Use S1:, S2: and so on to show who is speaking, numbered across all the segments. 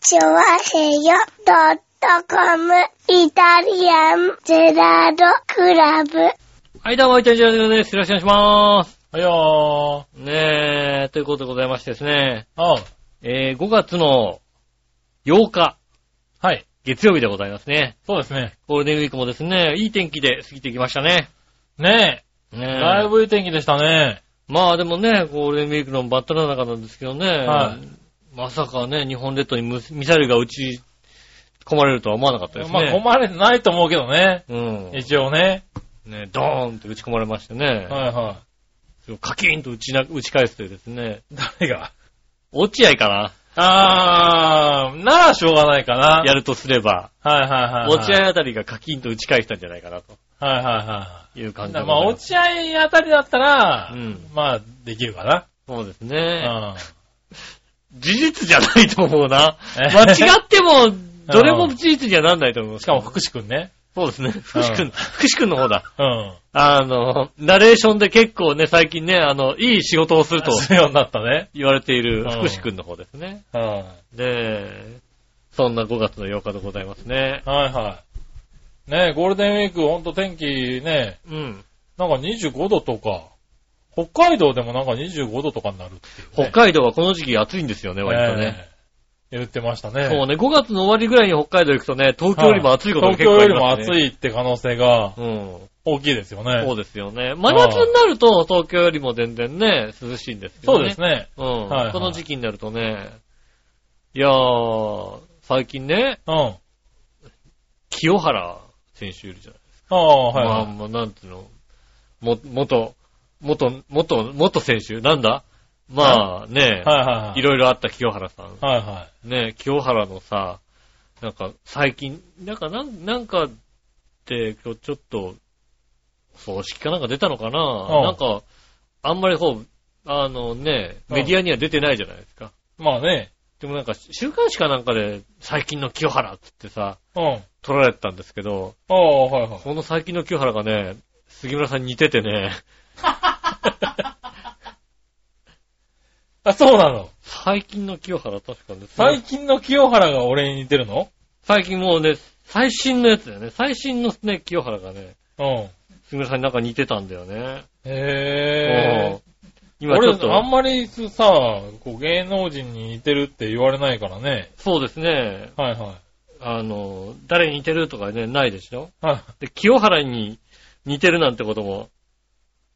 S1: チョワヘヨドットコムイタリアンゼラードクラブ。
S2: はい、どうも、いたじらです。よろしくお願いしまーす。
S3: はいよ
S2: ねえ、ということでございましてですね、
S3: ー。あん。
S2: えー、5月の8日、
S3: はい。
S2: 月曜日でございますね。
S3: そうですね。
S2: ゴールデンウィークもですね、いい天気で過ぎてきましたね。
S3: ねえ。
S2: ねえ。
S3: だいぶいい天気でしたね。
S2: まあでもね、ゴールデンウィークの真っ只中なんですけどね、
S3: は
S2: まさかね、日本列島にむミサイルが撃ち込まれるとは思わなかったですね。
S3: まあ、困れてないと思うけどね。
S2: うん。
S3: 一応ね。
S2: ね、ドーンって撃ち込まれましてね、
S3: はいは
S2: カキーンと撃ちな撃ち返すというですね、
S3: い。誰が
S2: 落合かな
S3: あー、ならしょうがないかな。
S2: やるとすれば。
S3: はいはいはいはい。
S2: 落合あたりがカキンと打ち返したんじゃないかなと
S3: はいはいは
S2: いう感
S3: い。
S2: じ
S3: ま
S2: で
S3: あ、落合あたりだったら、
S2: うん
S3: まあ、できるかな。
S2: そうです
S3: う
S2: ね。
S3: ん。
S2: 事実じゃないと思 うな。
S3: え
S2: 間違っても、どれも事実にはなんないと思う。
S3: しかも、福士くんね。
S2: そうですね。福士くん、福士くんの方だ。
S3: うん。
S2: あの、ナレーションで結構ね、最近ね、あの、いい仕事をすると
S3: するようになったね。
S2: 言われている
S3: うん
S2: 福士くんの方ですね。
S3: うん。
S2: で、そんな5月の8日でございますね。
S3: はいはい。ねえ、ゴールデンウィーク、ほんと天気ね、
S2: うん。
S3: なんか25度とか、北海道でもなんか25度とかになるっていう、
S2: 北海道はこの時期暑いんですよね、
S3: 道
S2: 割とね。。
S3: ええ言ってましたね。
S2: そうね、5月の終わりぐらいに北海道行くとね、東京よりも暑いことが
S3: 東
S2: 結
S3: 京
S2: 構あ
S3: よ
S2: り
S3: りも
S2: ますね。
S3: 暑いって可能性が
S2: うん。
S3: 大きいですよ
S2: そ
S3: ね
S2: う。ですよね。真夏になると東京よりも全然ね、涼しいんですけど
S3: そ
S2: ね。
S3: うですね。
S2: うん。
S3: はいはい
S2: この時期になるとね、いやー、最近ね、
S3: うん。あ
S2: 清原選手いるじゃない。
S3: あ、はい
S2: まあ、
S3: はい。
S2: まあ、なんていうの、も、元、元、元、元選手なんだまあね、
S3: はいはいはいい。
S2: ろいろあった清原さん。
S3: はいは
S2: ね、清原のさ、なんか最近、なんかなんなんかって、今日ちょっと、葬式かなんか出たの
S3: う
S2: かな、
S3: ん
S2: なんか、あんまりこう、あのね、
S3: うん
S2: メディアには出てないじゃないですか。
S3: い。まあね。
S2: でもなんか、週刊誌かなんかで、最近の清原っつってさ、
S3: うん。
S2: 撮られてたんですけど、
S3: ああ、はいはい。
S2: この最近の清原がね、杉村さんに似ててね、
S3: あ、そうなの。
S2: 最近の清原確かね、
S3: 最近の清原が俺に似てるの
S2: 最近もうね、最新のやつだよね。最新のね、清原がね、
S3: うん。
S2: 杉村さんになんか似てたんだよね。
S3: へえ。
S2: 今ち
S3: 俺
S2: ょっ、と、
S3: あんまりさ、こう芸能人に似てるって言われないからね。
S2: そうですね。
S3: はいは
S2: あの、誰に似てるとかね、ないでしょ
S3: い。はい。
S2: で、清原に似てるなんてことも、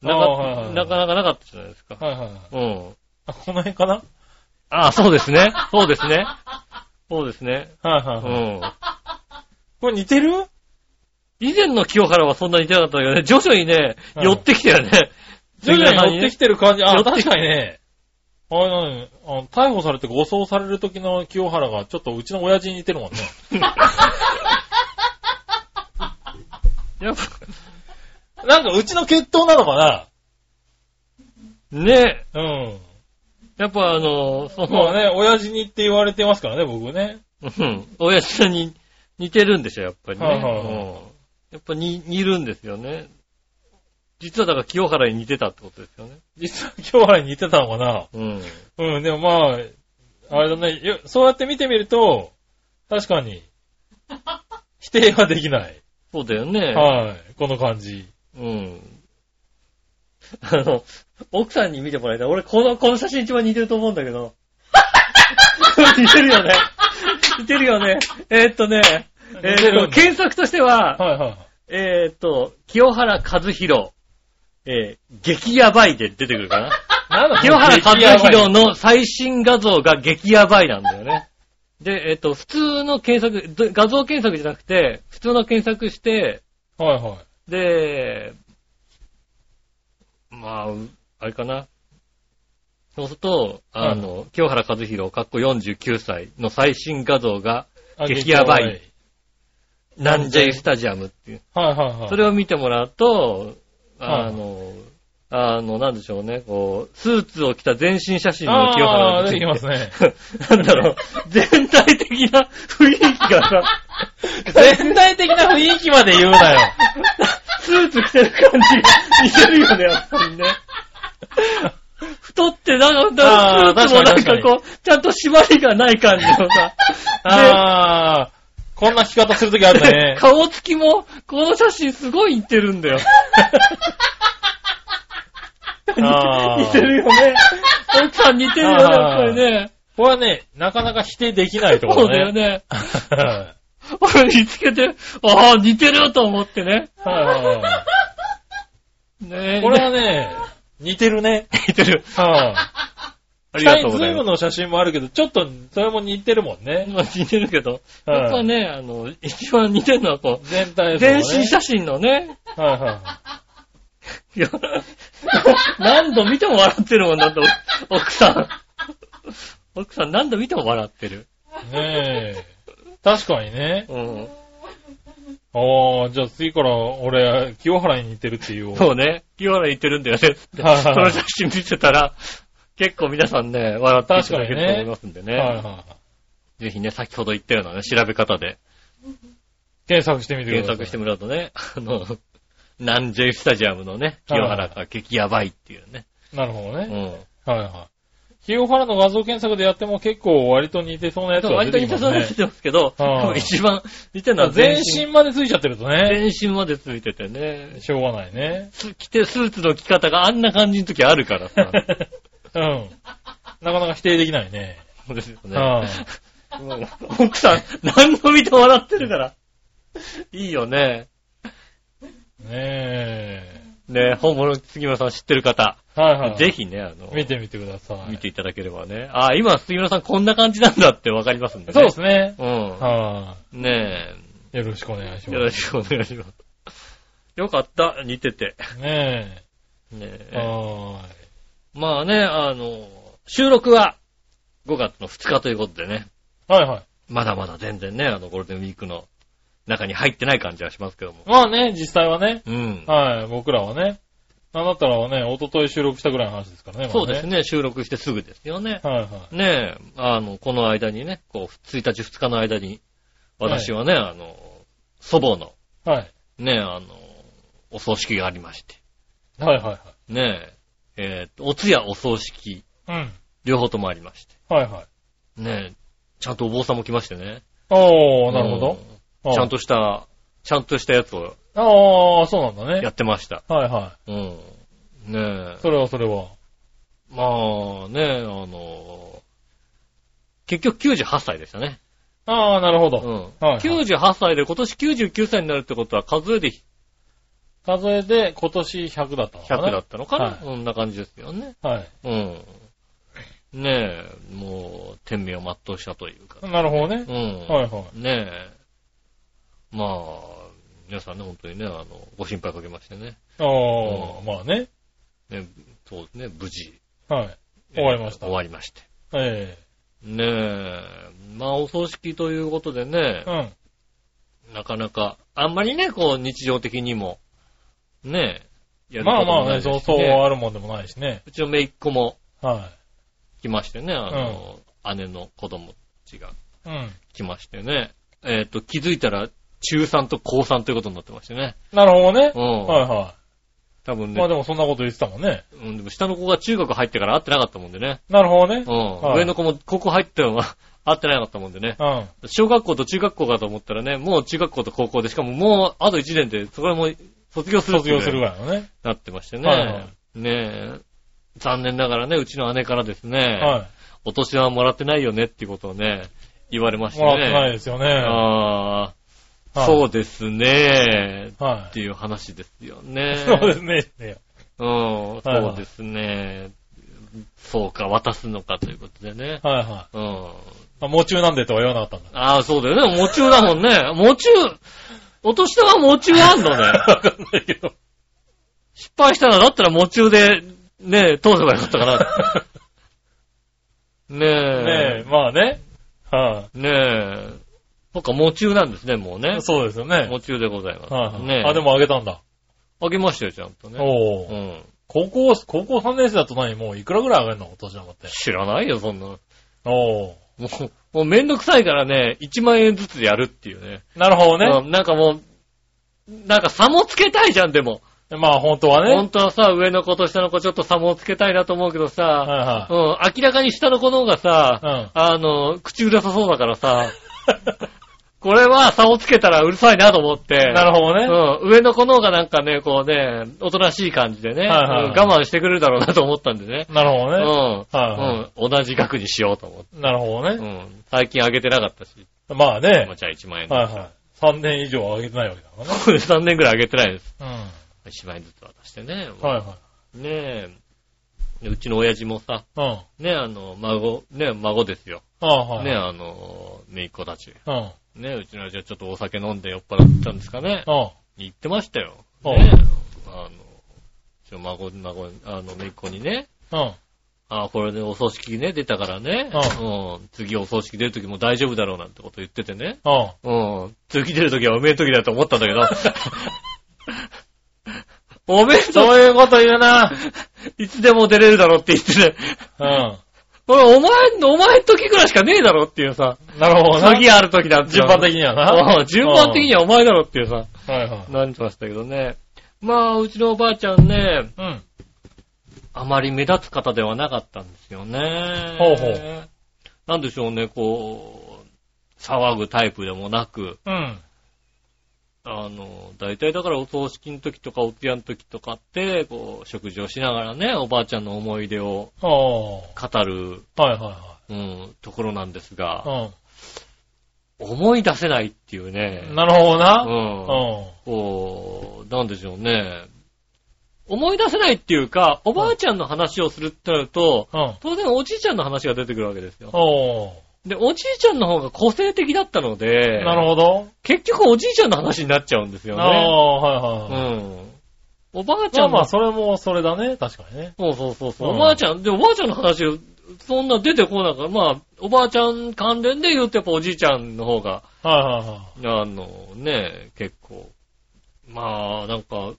S2: なか,、
S3: あーはいはいはい
S2: なかなかなかったじゃないですか。
S3: はいはいはい。
S2: うん。
S3: あ、この辺かな
S2: ああ、そうですね。そうですね。そうですね。
S3: はいは
S2: う
S3: いはい。
S2: ん。
S3: これ似てる
S2: 以前の清原はそんなに似てなかったけどね、徐々にね、
S3: うん
S2: 寄ってきたよね。
S3: 徐々に寄ってきてる感じ。あ、
S2: 寄ってき
S3: 確かにね。あれなに、あの、逮捕されて護送される時の清原が、ちょっとうちの親父に似てるもん ね。
S2: やっぱ
S3: なんかうちの血統なのか
S2: ね、
S3: なうん。
S2: やっぱあの、そ
S3: まあ
S2: の、
S3: ね、親父にって言われてますからね、僕ね。
S2: うん、親父さんに似てるんでしょ、やっぱりね。
S3: はいはいはい
S2: うんやっぱに似るんですよね。実はだから清原に似てたってことですよね。
S3: 実は清原に似てたのかな
S2: うん。
S3: うん、でもまあ、あれだね、よそうやって見てみると、確か に、否定はできない。
S2: そうだよね。
S3: はい、この感じ。
S2: うん。あの、奥さんに見てもらいたい。俺、この、この写真一番似てると思うんだけど。 似てるよね。似てるよね。えーっとね、え
S3: 似て
S2: ーっ
S3: る
S2: と、検索としては、
S3: はいはい。
S2: えーっと、清原和弘、えー激ヤバいで出てくるかな。
S3: なんだ
S2: 清原和弘の最新画像が激ヤバいなんだよね。で、えーっと、普通の検索、ど画像検索じゃなくて、普通の検索して、
S3: はいはい。
S2: で、まあ、うあれかな。そうすると、あの、清原和博、かっこ49歳の最新画像が、
S3: あ
S2: 激ヤバい。ナンジェイスタジアムっていう。
S3: はいはいはい。
S2: それを見てもらうと、
S3: はい
S2: あの、あの、なんでしょうね、こう、スーツを着た全身写真の清原
S3: あ
S2: が
S3: ーで
S2: 出て
S3: き
S2: き
S3: ま
S2: て
S3: すね。
S2: なんだろう、全体的な雰囲気が さ、
S3: 全体的な雰囲気まで言う なよ。
S2: スーツ着てる感じが似てるよね、やっぱりね。太って、なんか、
S3: あー
S2: スーツもなん
S3: 確か
S2: か
S3: に
S2: こう、ちゃんと縛りがない感じのさ、。
S3: ああ、こんな弾き方するときあるね
S2: 顔つきも、この写真すごい似てるんだよ。
S3: あー
S2: 似てるよね。奥さん似てるよね、やっぱりね。
S3: これはね、なかなか否定できないとこ
S2: そ
S3: ろ
S2: うだよ
S3: だ ね。
S2: ね。
S3: そうだよね。
S2: 俺見つけて、ああ、似てると思ってね。ねえ。
S3: これはね、似てるね。
S2: 似てる。
S3: は
S2: あ
S3: い。
S2: り
S3: 下
S2: がとう
S3: に
S2: ご
S3: ズー
S2: ざいま
S3: ム
S2: す。
S3: の写真もあるけど、ちょっと、それも似てるもんね。
S2: まあ似てるけど、
S3: はい
S2: やっぱね、あの、一番似てるのはこう、
S3: 全体像
S2: 全
S3: ね
S2: 身写真のね、
S3: はいはい
S2: や、何度見ても笑ってるもんだと、奥さん。奥さん何度見ても笑ってる。
S3: い。ねえ。確かにね。
S2: うん。
S3: ああ、じゃあ次から俺、清原に似てるっていう。
S2: そうね。清原言ってるんだよね。って
S3: はいはい
S2: その写真見せたら、結構皆さんね、笑っていただけると思いますんで
S3: はい
S2: ね。
S3: は
S2: ぜひね、先ほど言ったようなね、調べ方で
S3: い。検索してみてくだ
S2: 検
S3: さい。
S2: 索してもらうとね、あの、南 J スタジアムのね、清原が激ヤバいっていうね。
S3: なるほど
S2: う
S3: ね。
S2: ん。
S3: はいはい。清原の画像検索でやっても結構割と似てそうなやつが
S2: 割
S3: 出
S2: と
S3: てきま
S2: 似て
S3: す
S2: そうに
S3: ね
S2: なっ。てますけど、で
S3: うん
S2: も一番似てるのは全
S3: 全
S2: 身
S3: 身。までついちゃってるとね。
S2: 全身までついててね。
S3: しょうがないね。
S2: ス着て、スーツの着方があんな感じの時あるか らさ。
S3: うん。なかなか否定できないね。
S2: そうですよね。
S3: は
S2: 奥さん、何度見ても笑ってるから。いいよね。
S3: い。ね
S2: ね本物の杉村さん知ってる方、
S3: え。はいはい。
S2: ぜひね、あの、
S3: 見てみてください。
S2: 見ていただければね。あ、今杉村さんこんな感じなんだってわかりますんでね。
S3: そうですね。
S2: う
S3: は
S2: ん。ね
S3: い。よろしくお願いし
S2: え、よろ
S3: ま
S2: しくお願いします。よかった、似てて。
S3: す。ね
S2: ね
S3: え。
S2: え。
S3: はーい。
S2: まあね、あの、収録は5月の2日ということでね。
S3: はいはい。
S2: まだまだ全然ね、あのゴールデンウィークの中に入ってない感じはしますけども。
S3: まあね、実際はね。
S2: うん。
S3: はい、僕らはね。なんだったらね、一昨日収録したぐらいの話ですからね。
S2: そうです
S3: ね。
S2: ね、収録してすぐですよね。
S3: はいは
S2: ねえ、あの、この間にね、こう、1日2日の間に、私はね、あの、祖母の、
S3: い。はい。
S2: ねえ、あの、お葬式がありまして、
S3: はいはい
S2: ねえ、えーとお通夜お葬式、
S3: はい。うん。
S2: 両方ともありまして、
S3: はいはい。
S2: ねえ、ちゃんとお坊さんも来ましてね。
S3: おー、なるほど。
S2: うん。ちゃん。とした、ちゃんとしたやつを
S3: あー、そうなんだ
S2: や
S3: ね。
S2: ってました。
S3: はいは
S2: うん。ねえ
S3: い。。それはそれは。
S2: まあね、あの、結局98歳でしたね。
S3: あー、なるほど。
S2: うん。
S3: はい
S2: 98歳で今年99歳になるってことは数えで
S3: 数えで今年100だったのかな
S2: 100だったのかな、
S3: はい
S2: そんな感じですよね。
S3: はい。
S2: うん。ねえ、もう、天命を全うしたというか。
S3: なるほどね
S2: う。ん。
S3: はいは
S2: ねえ。まあ、皆さんね、本当にね、あの、ご心配かけましてね。
S3: い。おー、まあね。
S2: ねそうですね、無事。
S3: はい。終わりました
S2: 終わりまして。
S3: え
S2: ねえ、まあ、お葬式ということでね
S3: え。、うん。
S2: なかなか、あんまりね、こう、日常的にも、ねえ、や
S3: まあ
S2: こと
S3: ま
S2: も
S3: あ
S2: な
S3: ね、
S2: いですし
S3: そうそうあるもんでもないしね。
S2: うちの姪っ子も
S3: は
S2: 来ましてね、あの、姉の子供たちが
S3: い。うん。
S2: 来ましてね、えっ、と、気づいたら、中3と高3ということになってましてね。
S3: なるほどね
S2: う。ん。
S3: はいは
S2: 多分
S3: い。
S2: ね、
S3: まあでもそんなこと言ってたもんね。
S2: うんでも下の子が中学入ってから会ってなかったもんでね。
S3: なるほどね
S2: う。ん。
S3: はい
S2: 上の子も 高校入っては会ってなかったもんでね。
S3: うん。
S2: 小学校と中学校かと思ったらね、もう中学校と高校で、しかももうあと1年で、それも卒業するって
S3: 卒
S2: いうね
S3: 業するぐらいのね。
S2: なってましてね。
S3: はいは
S2: ねえ。残念ながらね、うちの姉からですね、
S3: は
S2: お年はもらってないよねっていうことをね、言われまし
S3: い。
S2: てね。
S3: もらってないですよね。
S2: ああ、そうですね。
S3: う。は
S2: って
S3: い。
S2: いう話ですよね。
S3: そうですねね。
S2: うん、
S3: はい
S2: そうですね。そうか、渡すのかということでね。
S3: はいは
S2: うん。
S3: い。あ、もう中なんでとは言わなかったんだ。
S2: ああ、そうだよね。喪中だもんね。喪中、お年玉は喪中あんの ね。
S3: わかんないけど。
S2: 失敗したら、だったら喪中で、ね、通せばよかったかな。ねえ。
S3: ねえ、まあね。は
S2: ねえ。そっか、喪中なんですね、もうね
S3: い。。そうですよね。
S2: 喪中でございます。
S3: はいは
S2: ね
S3: い。
S2: え。
S3: あ、でもあげたんだ。
S2: あげましたよ、ちゃんとね。
S3: おー
S2: う。ん。
S3: 高校、高校3年生だと何もういくらぐらい上げるのお年玉って。
S2: 知らないよ、そんなの。
S3: おー。
S2: もう、もうめんどくさいからね、1万円ずつやるっていうね。
S3: なるほど
S2: う
S3: ね。
S2: んなんかもう、なんか差もつけたいじゃん、でも。
S3: まあ本当は
S2: 本
S3: ね。
S2: 当はさ、上の子と下の子ちょっと差もつけたいなと思うけどさ、
S3: は
S2: うん、明らかに下の子の方が
S3: いは
S2: さ、あの、口うるさそうだからさ、これは差をつけたらうるさいなと思って。
S3: なるほどね。
S2: うん、上の子の方がなんかね、こうね、おとなしい感じで
S3: は
S2: ね、
S3: いはいはい
S2: うん我慢してくれるだろうなと思ったんでね。
S3: なるほど
S2: うん、
S3: ね。は
S2: うん、同じ額にしようと思って。
S3: なるほどね。
S2: うん、最近あげてなかったし、
S3: まあね
S2: お。もちゃ1万円
S3: はい
S2: で
S3: はい。3年以上上げてないわけだからね。
S2: す。3年ぐらいあげてないです。
S3: う
S2: 1万円ずつ渡してね。
S3: ん。はいは
S2: ねえ。でうちの親父もさ、
S3: い。うん。
S2: ねえ、あの、孫、ねえ、孫ですよ。
S3: ああ、はい。
S2: ねえ、あの、姪っ子たち。
S3: うん。うん。
S2: ねえ、うちの親父はちょっとお酒飲んで酔っ払ってたんですかね。言ってましたよ。
S3: あ
S2: ねえ、あの、ちょ、孫、孫、あの、姪っ子にね、
S3: うん。
S2: あこれでお葬式ね、出たからね、うん、次お葬式出るときも大丈夫だろうなんてこと言っててね、
S3: うん。
S2: うん、次出るときはおめえのときだと思ったんだけ ど、おめえの
S3: そういうこと言うな。
S2: いつでも出れるだろうって言ってね、
S3: う
S2: これお前の、お前の時ぐらいしかねえだろっていうさ、
S3: ん。なるほどな。
S2: 次ある時だって。
S3: 順番的には
S2: う
S3: な。
S2: ん順番的に
S3: は。
S2: はお前だろっていうさ、
S3: はいはい。
S2: なってましたけどね。まあ、うちのおばあちゃんね、
S3: うん。
S2: あまり目立つ方ではなかったんですよね。
S3: ほうほう
S2: なんでしょうね、こう、騒ぐタイプでもなく、
S3: うん。
S2: あの、大体だからお葬式の時とかお通夜の時とかって、こう、食事をしながらね、おばあちゃんの思い出を
S3: ああ。
S2: 語る、
S3: はいは
S2: うん、ところなんです
S3: いは
S2: が、
S3: い。
S2: 思い出せないっていうね
S3: う、ん。なるほど
S2: う
S3: な。うん。
S2: ん、
S3: は
S2: こう、なんでしょうね、思い出せないっていうか、おばあちゃんの話をするってなると、
S3: うん。
S2: 当然おじいちゃんの話が出てくるわけですよ。
S3: おー。
S2: で、おじいちゃんの方が個性的だったので、
S3: なるほど。
S2: 結局おじいちゃんの話になっちゃうんですよ
S3: あ
S2: ね。
S3: あ、はいうはい。
S2: ん。おばあち
S3: ま
S2: ゃ
S3: あ
S2: ん
S3: ま
S2: の
S3: あ、それもそれだね。確かにね。
S2: そうそうそうそう、
S3: うん
S2: おばあちゃん、で、おばあちゃんの話、そんな出てこなかった。まあ、おばあちゃん関連で言うとやっぱおじいちゃんの方が、
S3: はいはいはい。
S2: あの、ね、結構。まあ、なんか、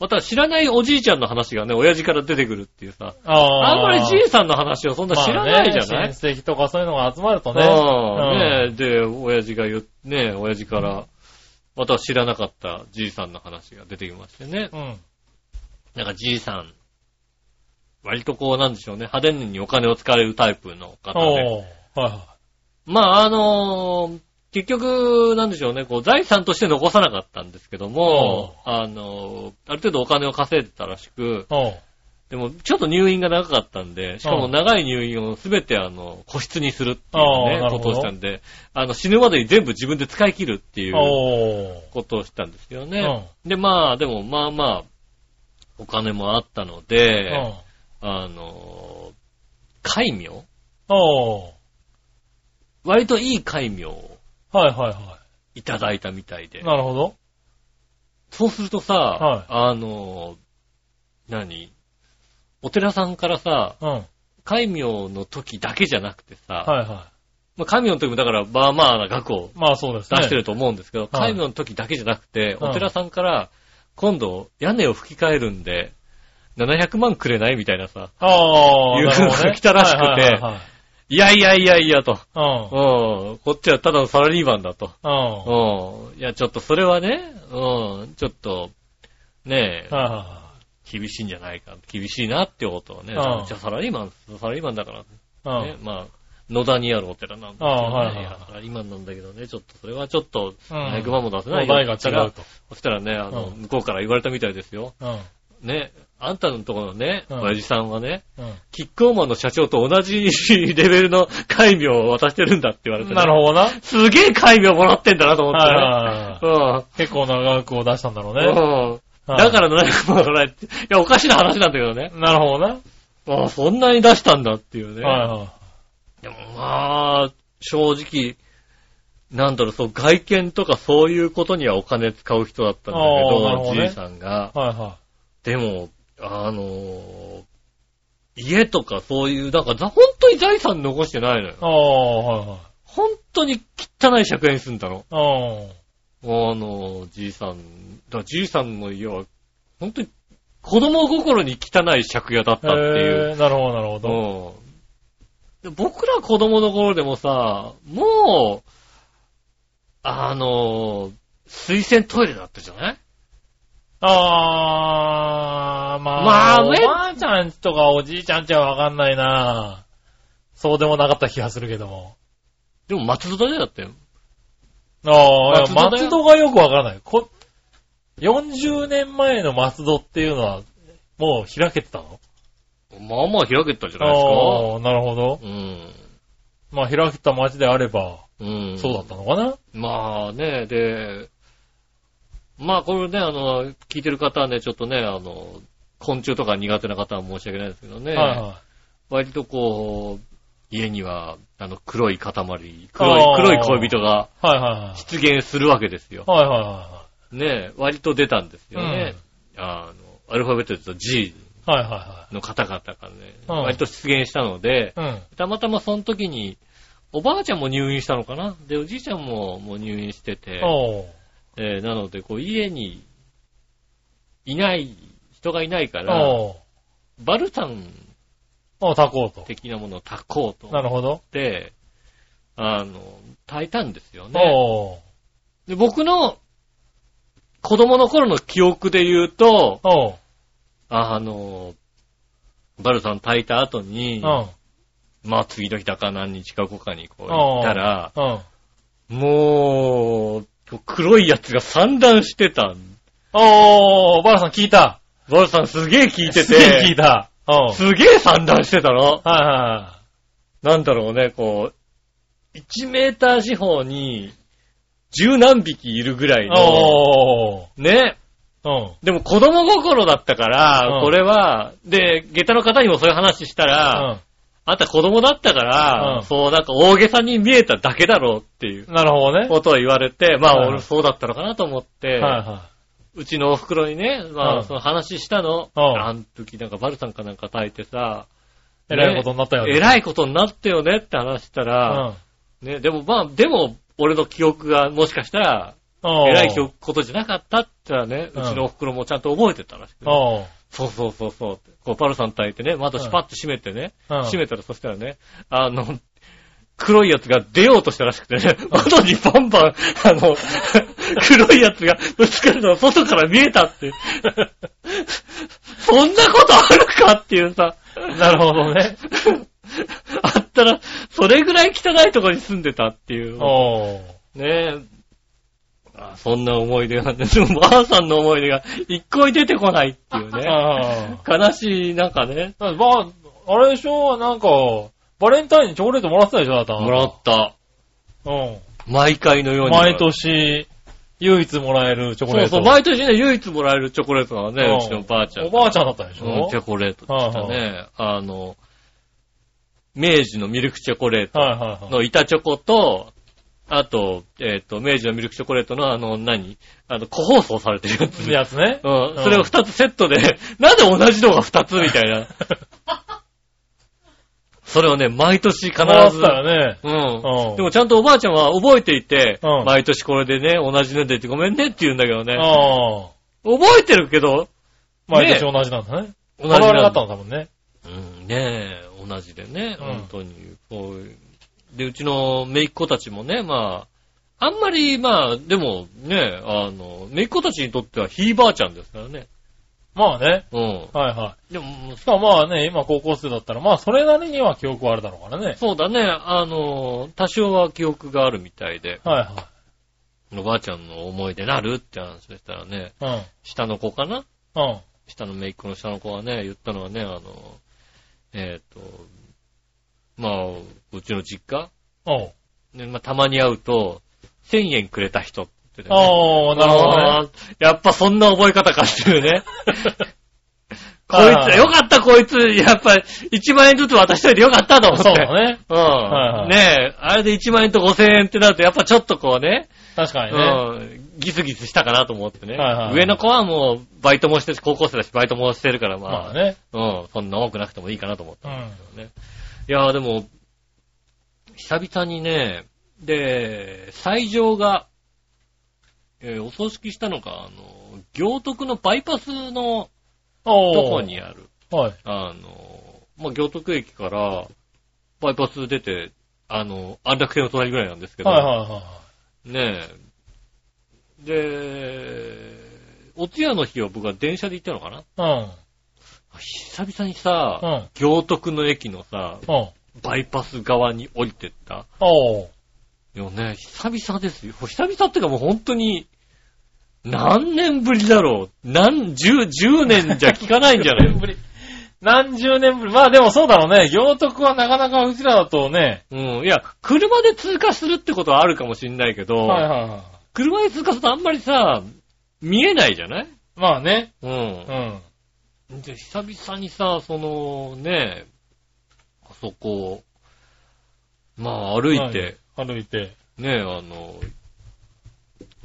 S2: また知らないおじいちゃんの話がね、親父から出てくるっていうさ、
S3: ああ。
S2: あんまりじいさんの話をそんな知らないじゃない、
S3: まあね親戚とかそういうのが集まるとね。
S2: うんねえ、で、親父が言う、ねえ、親父から、また知らなかったじいさんの話が出てきましてね。
S3: うん。
S2: なんかじいさん、割とこうなんでしょうね、派手にお金を使われるタイプの方で。
S3: おー。はいは
S2: まああのー結局、なんでしょうね、こう財産として残さなかったんですけども、あのーある程度お金を稼いでたらしく
S3: い。、おー。
S2: でもちょっと入院が長かったんで、しかも長い入院をすべてあの、個室にするっていう
S3: あ
S2: ね
S3: あ、な
S2: こ
S3: る
S2: と
S3: ほど
S2: をしたんで、あの、死ぬまでに全部自分で使い切るっていう
S3: おー。
S2: ことをしたんですけどね。で、まあ、でもまあまあ、お金もあったの
S3: う
S2: で、
S3: ん。
S2: あの、戒名
S3: おー。
S2: 割といい戒名を
S3: はいはいはい
S2: ただいたみたいで
S3: い。。なるほど。
S2: そうするとさ、
S3: はい
S2: あの、何お寺さんからさ、
S3: うん。はい
S2: 戒名の時だけじゃなくてさ、
S3: は
S2: まあ、戒名の時もだから、まあまあな額を
S3: い。まあそうですね。
S2: 出してると思うんですけど、
S3: はい
S2: 戒名の時だけじゃなくて、
S3: うん
S2: お寺さんから、今度、屋根を吹き替えるんで、700万くれないみたいなさ、
S3: ああ、
S2: いう
S3: なるほどね
S2: 来たらしくて
S3: はいはいはい
S2: いやいやいやいやと、
S3: はい
S2: うん、こっちはただのサラリーマンだと、
S3: うん。うん。はい
S2: うん。いや、ちょっとそれはね、うん、ちょっと、ねえ、
S3: はいは
S2: 厳しいんじゃないか、厳しいなってことをね、
S3: うん
S2: じゃあサラリーマン、サラリーマンだから、
S3: い。
S2: ね、まあ、野田にあるお寺なんですけど、ね
S3: あはいはいはい
S2: いやサラリーマンなんだけどね、ちょっとそれはちょっと、
S3: うん
S2: 100万も出せ
S3: うん。
S2: ない
S3: 代が
S2: よ。
S3: 違うと。
S2: そしたらね、あの、
S3: うん
S2: 向こうから言われたみたいですよ。
S3: うん。
S2: ね、あんたのところのね、
S3: うん
S2: 親父さんはね、
S3: う
S2: キッコーマンの社長と同じレベルの戒名を渡してるんだって言われて、
S3: ん。なる
S2: ほ
S3: ほ
S2: ど。
S3: どな。はい
S2: すげえ戒名もらってんだなと思って、ね。
S3: はいはい。
S2: うん。
S3: 結構長くを出したんだろうね。
S2: うん。
S3: はい
S2: だから700万もらえて、いや、おかしな話なんだけどね。
S3: なるほどな。
S2: ああ、そんなに出したんだっていうね。
S3: はいはい。
S2: でもまあ、正直、なんだろう、そう、外見とかそういうことにはお金使う人だったんだけ
S3: ああなる
S2: ど、
S3: ほど
S2: じ
S3: ね
S2: いさんが。
S3: はいは
S2: でも、あのー家とかそういう、だから、ざ本当に財産残してないのよ
S3: い。。ああ、はいはい。
S2: 本当に汚い借円すんだろ。
S3: ああ。
S2: あのーじいさん、だからじいさんの家は、本当に子供心に汚い借家だったっていう。
S3: えーなるほど、なるほど。
S2: うんで僕ら子供の頃でもさ、もう、あの、水洗トイレだったじゃない
S3: あー、まあ、
S2: まあ
S3: お
S2: ね
S3: ばあちゃんちとかおじいちゃんちはわかんないなそうでもなかった気がするけども。
S2: でも松戸だけだったよ。
S3: ああ、
S2: 松戸だよ
S3: 松戸がよくわからない。こ、40年前の松戸っていうのは、もう開けてたの
S2: まあまあ開けたじゃないで
S3: ああ、なるほど。
S2: すか。
S3: まあ開けた街であれば、
S2: うん。うん。
S3: そうだったのかな
S2: まあね、で、まあこれね、あの、聞いてる方はね、ちょっとね、あの、昆虫とか苦手な方は申し訳ないですけどね、
S3: はいは
S2: 割とこう、家には、あの、黒い塊、黒い、
S3: あー
S2: 黒い恋人が
S3: い。はいはいはい。
S2: 出現するわけですよ。
S3: はいはいは
S2: ねえ、割と出たんですよね。あの、アルファベットで言うと G
S3: いはい。はいは
S2: の方々がね、
S3: うん
S2: 割と出現したので、
S3: いはい。うん。
S2: たまたまその時に、おばあちゃんも入院したのかなで、おじいちゃんももう入院してて、
S3: おう
S2: えーなので、こう、家に、いない、人がいないから、
S3: おう
S2: バルタン
S3: おう炊こうと。
S2: 的なものを炊こうと思
S3: な
S2: っ
S3: るほど。
S2: て、あの、炊いたんですよね。
S3: おう
S2: で僕の、子供の頃の記憶で言うと、
S3: おう
S2: あの、バルタン炊いた後に、
S3: うん。
S2: まあ次の日だか何日か後かにこう
S3: おう
S2: 行ったら、
S3: うん。
S2: もう、黒いやつが散乱してたん。
S3: おー、バラさん聞いた。
S2: バルタンすげえ効いて
S3: すげえ聞
S2: て
S3: い、た。うん。はい
S2: すげえ散乱してたの。
S3: は
S2: なんだろうね、こう、1メーター四方に、十何匹いるぐらい
S3: いはい。
S2: の、
S3: おー。
S2: ね。
S3: うん。
S2: でも子供心だったから、
S3: うん
S2: これは、で、下駄の方にもそういう話したら、あんた子供だったから、
S3: うん
S2: そうなんか大げさに見えただけだろうっていう
S3: うん。なるほどね。
S2: ことを言われて、ま
S3: は
S2: あ
S3: い
S2: 俺そうだったのかなと思って、
S3: はいは
S2: うちのお袋にね、ま
S3: う
S2: あ
S3: ん
S2: その話したの、
S3: うん
S2: あん時なんかバルさんかなんか炊いてさ、
S3: い。えらいことになったよね。
S2: えらいことになってよねって話した
S3: う
S2: ら、
S3: ん。
S2: ね、でもまあ、でも、俺の記憶がもしかしたら、
S3: おー
S2: えらい記憶ことじゃなかったって言ったらね、
S3: う
S2: うんちのお袋もちゃんと覚えてたらしくて。
S3: おう
S2: そうそうそうそう。こう、パルさん炊いてね、窓シュパッと閉めてね、
S3: うん
S2: 閉めたらそしたらね、あの、黒いやつが出ようとしたらしくてね、窓にバンバン、あの、黒いやつがぶつかるのが外から見えたって。そんなことあるかっていうさ。
S3: なるほどね。
S2: あったら、それぐらい汚いところに住んでたっていう。
S3: おー。
S2: ねえ。あそんな思い出がね、でも、ばあさんの思い出が一向に出てこないっていう ね。
S3: あ
S2: 悲しい、なんかね。
S3: あ。ば、あれでしょなんか、バレンタインにチョコレートもらってたでしょだった
S2: もらった。
S3: うん。
S2: 毎回のように。
S3: 毎。年、唯一もらえるチョコ
S2: そ
S3: レ
S2: う
S3: ート。
S2: そう、毎年ね、唯一もらえるチョコレートがね、
S3: うん
S2: うちのばあちゃん。
S3: おばあちゃんだったでし
S2: うん
S3: ょ
S2: チョコレートでしたね。あの、明治のミルクチョコレート
S3: はいはいはい。
S2: の板チョコと、あと、えっ、と、明治のミルクチョコレートのあの、何あの、個包装されてるやつ。
S3: いいやつね。
S2: うん。それを二つセットで、 なんで同じのが二つみたい な。それをね、毎年必
S3: もらって
S2: ず。
S3: たよね。う
S2: う
S3: ん
S2: ん。でもちゃんとおばあちゃんは覚えていて、
S3: うん
S2: 毎年これでね、同じの出てごめんねって言うんだけどね。
S3: ああ。
S2: 覚えてるけど、
S3: 毎年同じなんだね。
S2: 同
S3: 同じ
S2: な
S3: だ
S2: ん
S3: ったの多分ね。
S2: うん、ねえ、同じでね、
S3: うん
S2: 本当に。こう、で、うちの姪っ子たちもね、まあ、あんまり、まあ、でもね、あの、姪っ子たちにとってはひいばあちゃんですからね。
S3: まあね。
S2: うん。
S3: はいは
S2: でも
S3: い。、しかもまあね、今高校生だったら、まあそれなりには記憶はあるだろうからね。
S2: そうだね。あの、多少は記憶があるみたいで、
S3: はい
S2: おばあちゃんの思い出なるって話でしたらね、
S3: はい。
S2: 下の子かな
S3: うん。うん。
S2: 下の姪っ子の下の子はね、言ったのはね、あの、えっ、と、まあ、うちの実家、
S3: おう
S2: ねまあ、たまに会うと、1000円くれた人って言ってたよね、
S3: ああ、なるほ どね。
S2: あーやっぱそんな覚え方かってい うね。こい
S3: あー
S2: つ、よかったこいつ、やっぱ1万円ずつ渡しといてよかったと思って。
S3: そうだね。
S2: うん。
S3: はいはい
S2: ねえ、あれで1万円と5000円ってなると、やっぱちょっとこうね、
S3: 確かにね。
S2: うん、ギスギスしたかなと思ってね。
S3: はいはいはい
S2: 上の子はもう、バイトもしてるし、高校生だし、バイトもしてるから、まあ、
S3: まあね。
S2: うん、そんな多くなくてもいいかなと思っ
S3: う
S2: た
S3: ん。
S2: けどね。いやーでも、久々にね、で、斎場が、えーお葬式したのか、あの、行徳のバイパスの
S3: お
S2: と
S3: お。
S2: こにある、
S3: はい。
S2: あの、まあ、行徳駅から、バイパス出て、あの、安楽線の隣ぐらいなんですけど、
S3: はいはいはい。
S2: ねえ。で、お通夜の日は僕は電車で行ったのかな
S3: うん。
S2: 久々にさ、
S3: うん。
S2: 行徳の駅のさ、
S3: うん。
S2: バイパス側に降りてった。
S3: おう。
S2: よね、久々ですよ。久々ってかもう本当に、何年ぶりだろう。何、十、十年じゃ聞かないんじゃな
S3: 何年
S2: い
S3: ぶり。何十年ぶり。まあでもそうだろうね。行徳はなかなかうちらだとね。
S2: うん。いや、車で通過するってことはあるかもしんないけど、
S3: はいはいは
S2: 車で通過するとあんまりさ、見えないじゃない
S3: い。まあね。
S2: う。
S3: うんん。
S2: で、久々にさ、その、ね、あそこ、まあ歩いて、
S3: はい。歩いて。
S2: ね、あの、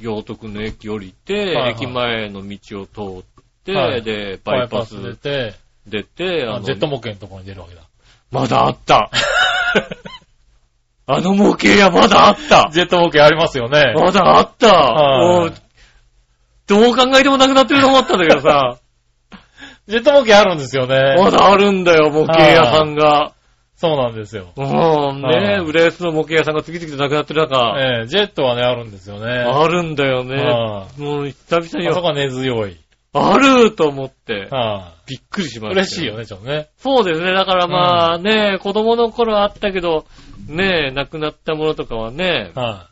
S2: 行徳の駅降りて、
S3: はいはい
S2: 駅前の道を通って、
S3: はい
S2: で、バイパス
S3: 出て、
S2: 出て、
S3: あの
S2: あの、
S3: ジェット模型のところに出るわけだ。
S2: まだあ った。あの模型屋まだあった。
S3: ジェット模型ありますよね。
S2: まだあった。
S3: はい
S2: もうどう考えてもなくなってると思ったんだけどさ、
S3: ジェット模型あるんですよね。
S2: まだあるんだよ、模型屋さんが。
S3: そうなんですよ。
S2: うん、
S3: はい
S2: ねえ、浦安の模型屋さんが次々となくなってる中、
S3: ええジェットはね、あるんですよね。
S2: あるんだよね。
S3: は
S2: もう久々
S3: い
S2: に
S3: あそこは根強い。
S2: あると思って、
S3: は
S2: びっくりし
S3: い
S2: ました。
S3: 嬉しいよ。ね、ちょっとね。
S2: そうですね。だからまあね、子供の頃あったけど、ねえ、亡くなったものとかはね、
S3: は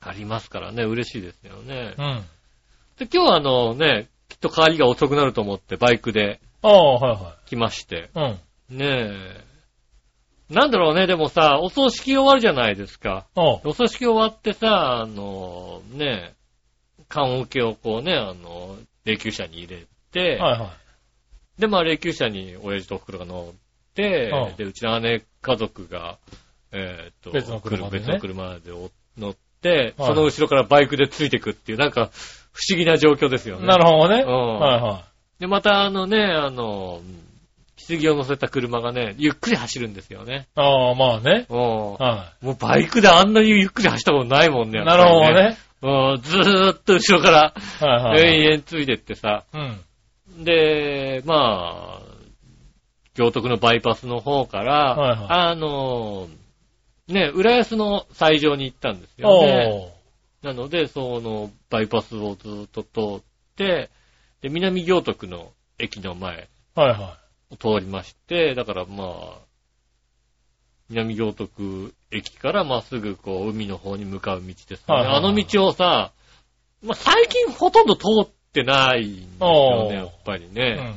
S2: ありますからね、嬉しいですよね
S3: い。う。ん。
S2: で、今日はあのね、きっと帰りが遅くなると思ってバイクで
S3: ああ、は
S2: 来まして、
S3: いはい。うん。
S2: ねえ。なんだろうね、でもさ、お葬式終わるじゃないですか。
S3: おう。
S2: お葬式終わってさ、あの、ねえ、棺桶をこうね、あの、霊柩車に入れ
S3: は
S2: て、
S3: いはい。
S2: で、まあ、霊柩車に親父とお袋が乗って、
S3: うん
S2: で、うちの姉家族が、えーっと、
S3: 別の車でね
S2: 別の車でお乗って、
S3: はい
S2: その後ろからバイクでついてくっていう、なんか、不思議な状況ですよね。
S3: なるほどね。
S2: うん
S3: はいは
S2: で、また、あのね、あの、棺を乗せた車がね、ゆっくり走るんですよね。
S3: い。ああ、まあね。
S2: うんも
S3: は
S2: うバイクであんなにゆっくり走ったことないもん
S3: い。
S2: ね。やっぱ
S3: な
S2: り
S3: るほど。ね。
S2: うんずーっと後ろから、
S3: はいはいはい。
S2: 延々ついてってさ、
S3: うん。
S2: で、まあ、行徳のバイパスの方から、
S3: はいはい
S2: あの、ね、浦安の斎場に行ったんですよね。
S3: おう。
S2: なので、その、バイパスをずっと通って、で、南行徳の駅の前
S3: はいは
S2: を通りまして、だからまあ、南行徳駅からまっすぐこう、海の方に向かう道ですね、
S3: はいはいはい
S2: あの道をさ、まあ最近ほとんど通ってないんですよ
S3: おー
S2: ね、やっぱり
S3: い。う
S2: ね。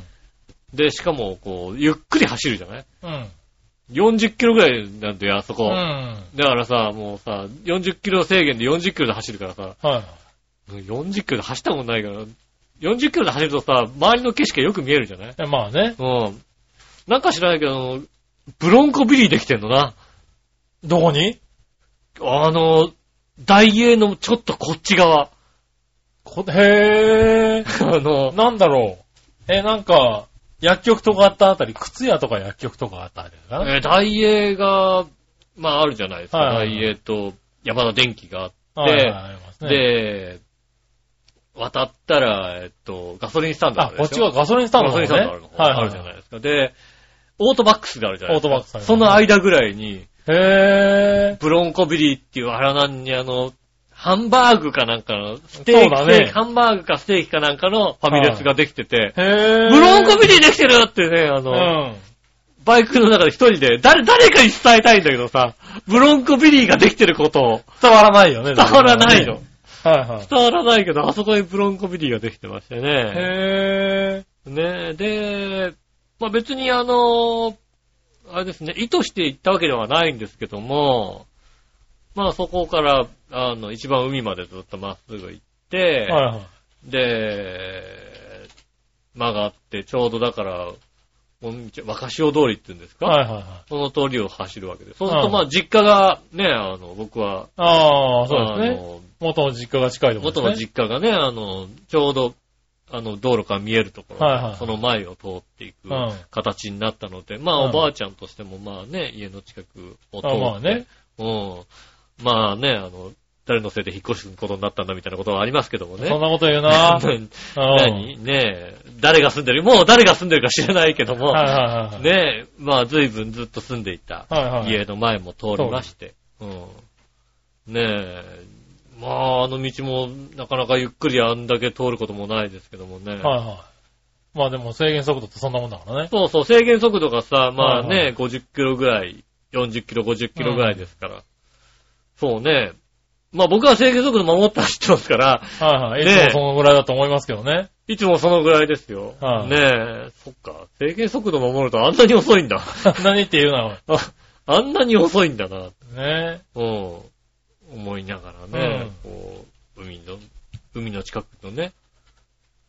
S3: ん。
S2: で、しかも、こう、ゆっくり走るじゃない
S3: うん。
S2: ?40 キロぐらいなんだよ、あそこ。
S3: うん。
S2: だからさ、もうさ、40キロ制限で40キロで走るからさ、
S3: はい。
S2: 40キロで走ったことないから、40キロで走るとさ、周りの景色がよく見えるじゃない
S3: えまあね。
S2: うん。なんか知らないけど、ブロンコビリーできてんのな。
S3: どこに
S2: あの、大英のちょっとこっち側。
S3: こへ
S2: あの
S3: ー。、なんだろう。え、なんか、薬局とかあったあたり、靴屋とか薬局とかあったあたりかな。
S2: えー大英が、まああるじゃないですか。
S3: はいはいはい
S2: 大英と山田電機があって
S3: はいはいはいありますね、
S2: で、渡ったら、えっと、ガソリンスタンド
S3: あ、こっちがガソリンスタン
S2: ガ
S3: ド
S2: ソリンス
S3: の方
S2: タン
S3: ね
S2: ドあるの
S3: はい
S2: あるじゃないですか。で、オートバックスがあるじゃないです
S3: オ
S2: か。
S3: ートバックスあります
S2: その間ぐらいに、
S3: へ
S2: ブロンコビリーっていう原なんにあの、ハンバーグかなんかの、ステー
S3: そう
S2: キ、
S3: だ
S2: ス
S3: ね
S2: テーキハンバーグかステーキかなんかのファミレスができてて、
S3: ぇー。へぇー。
S2: ブロンコビリーできてるってね、あの、
S3: うん。
S2: バイクの中で一人で、誰、誰かに伝えたいんだけどさ、ブロンコビリーができてることを
S3: 伝わらないよね。
S2: 伝わらないの。。
S3: はいはい。
S2: 伝わらないけど、あそこにブロンコビリーができてましてね。
S3: へ
S2: ねえ、で、まあ別にあの、あれですね、意図して行ったわけではないんですけども、まあそこから、あの、一番海までずっとまっすぐ行って、
S3: ー。はいはい。
S2: で、曲がって、ちょうどだから、この道若潮通りって言うんですか、
S3: はいはいはい。
S2: その通りを走るわけです。そうすると
S3: うん
S2: まあ実家がね、あの、僕は、
S3: ああ、そうですね。
S2: あの
S3: 元の実家が近いところで
S2: 元
S3: すね。
S2: の実家がね、あの、ちょうど、あの、道路から見えるところ、
S3: はいはい
S2: その前を通っていく
S3: うん
S2: 形になったので、まあ、
S3: うん
S2: おばあちゃんとしても、まあね、家の近くを通って、
S3: あまあね。
S2: うん。まあね、あの、誰のせいで引っ越すことになったんだみたいなことはありますけどもね。
S3: そんなこと言う なぁ。
S2: 何ねえ、誰が住んでる、もう誰が住んでるか知らないけども、
S3: はいはいはい。
S2: ねえ、まあ、随分ずっと住んでいた
S3: はいはい。
S2: 家の前も通りまして、うん。ねえ、まあ、あの道もなかなかゆっくりあんだけ通ることもないですけどもね。
S3: はいはい。まあでも制限速度ってそんなもんだからね。
S2: そうそう、制限速度がさ、まあね、
S3: はいは
S2: 50キロぐらい、40キロ、50キロぐらいですから。そうね、まあ僕は制限速度守って走ってますから、
S3: はいはい。い
S2: ねえ
S3: つもそのぐらいだと思いますけど ね。
S2: いつもそのぐらいですよ。
S3: はい
S2: ねえ、そっか。制限速度守るとあんなに遅いんだ。
S3: 何って言うな、おい
S2: ああんなに遅いんだな、
S3: ね
S2: うん。思いながらね、こう、海の、海の近くのね。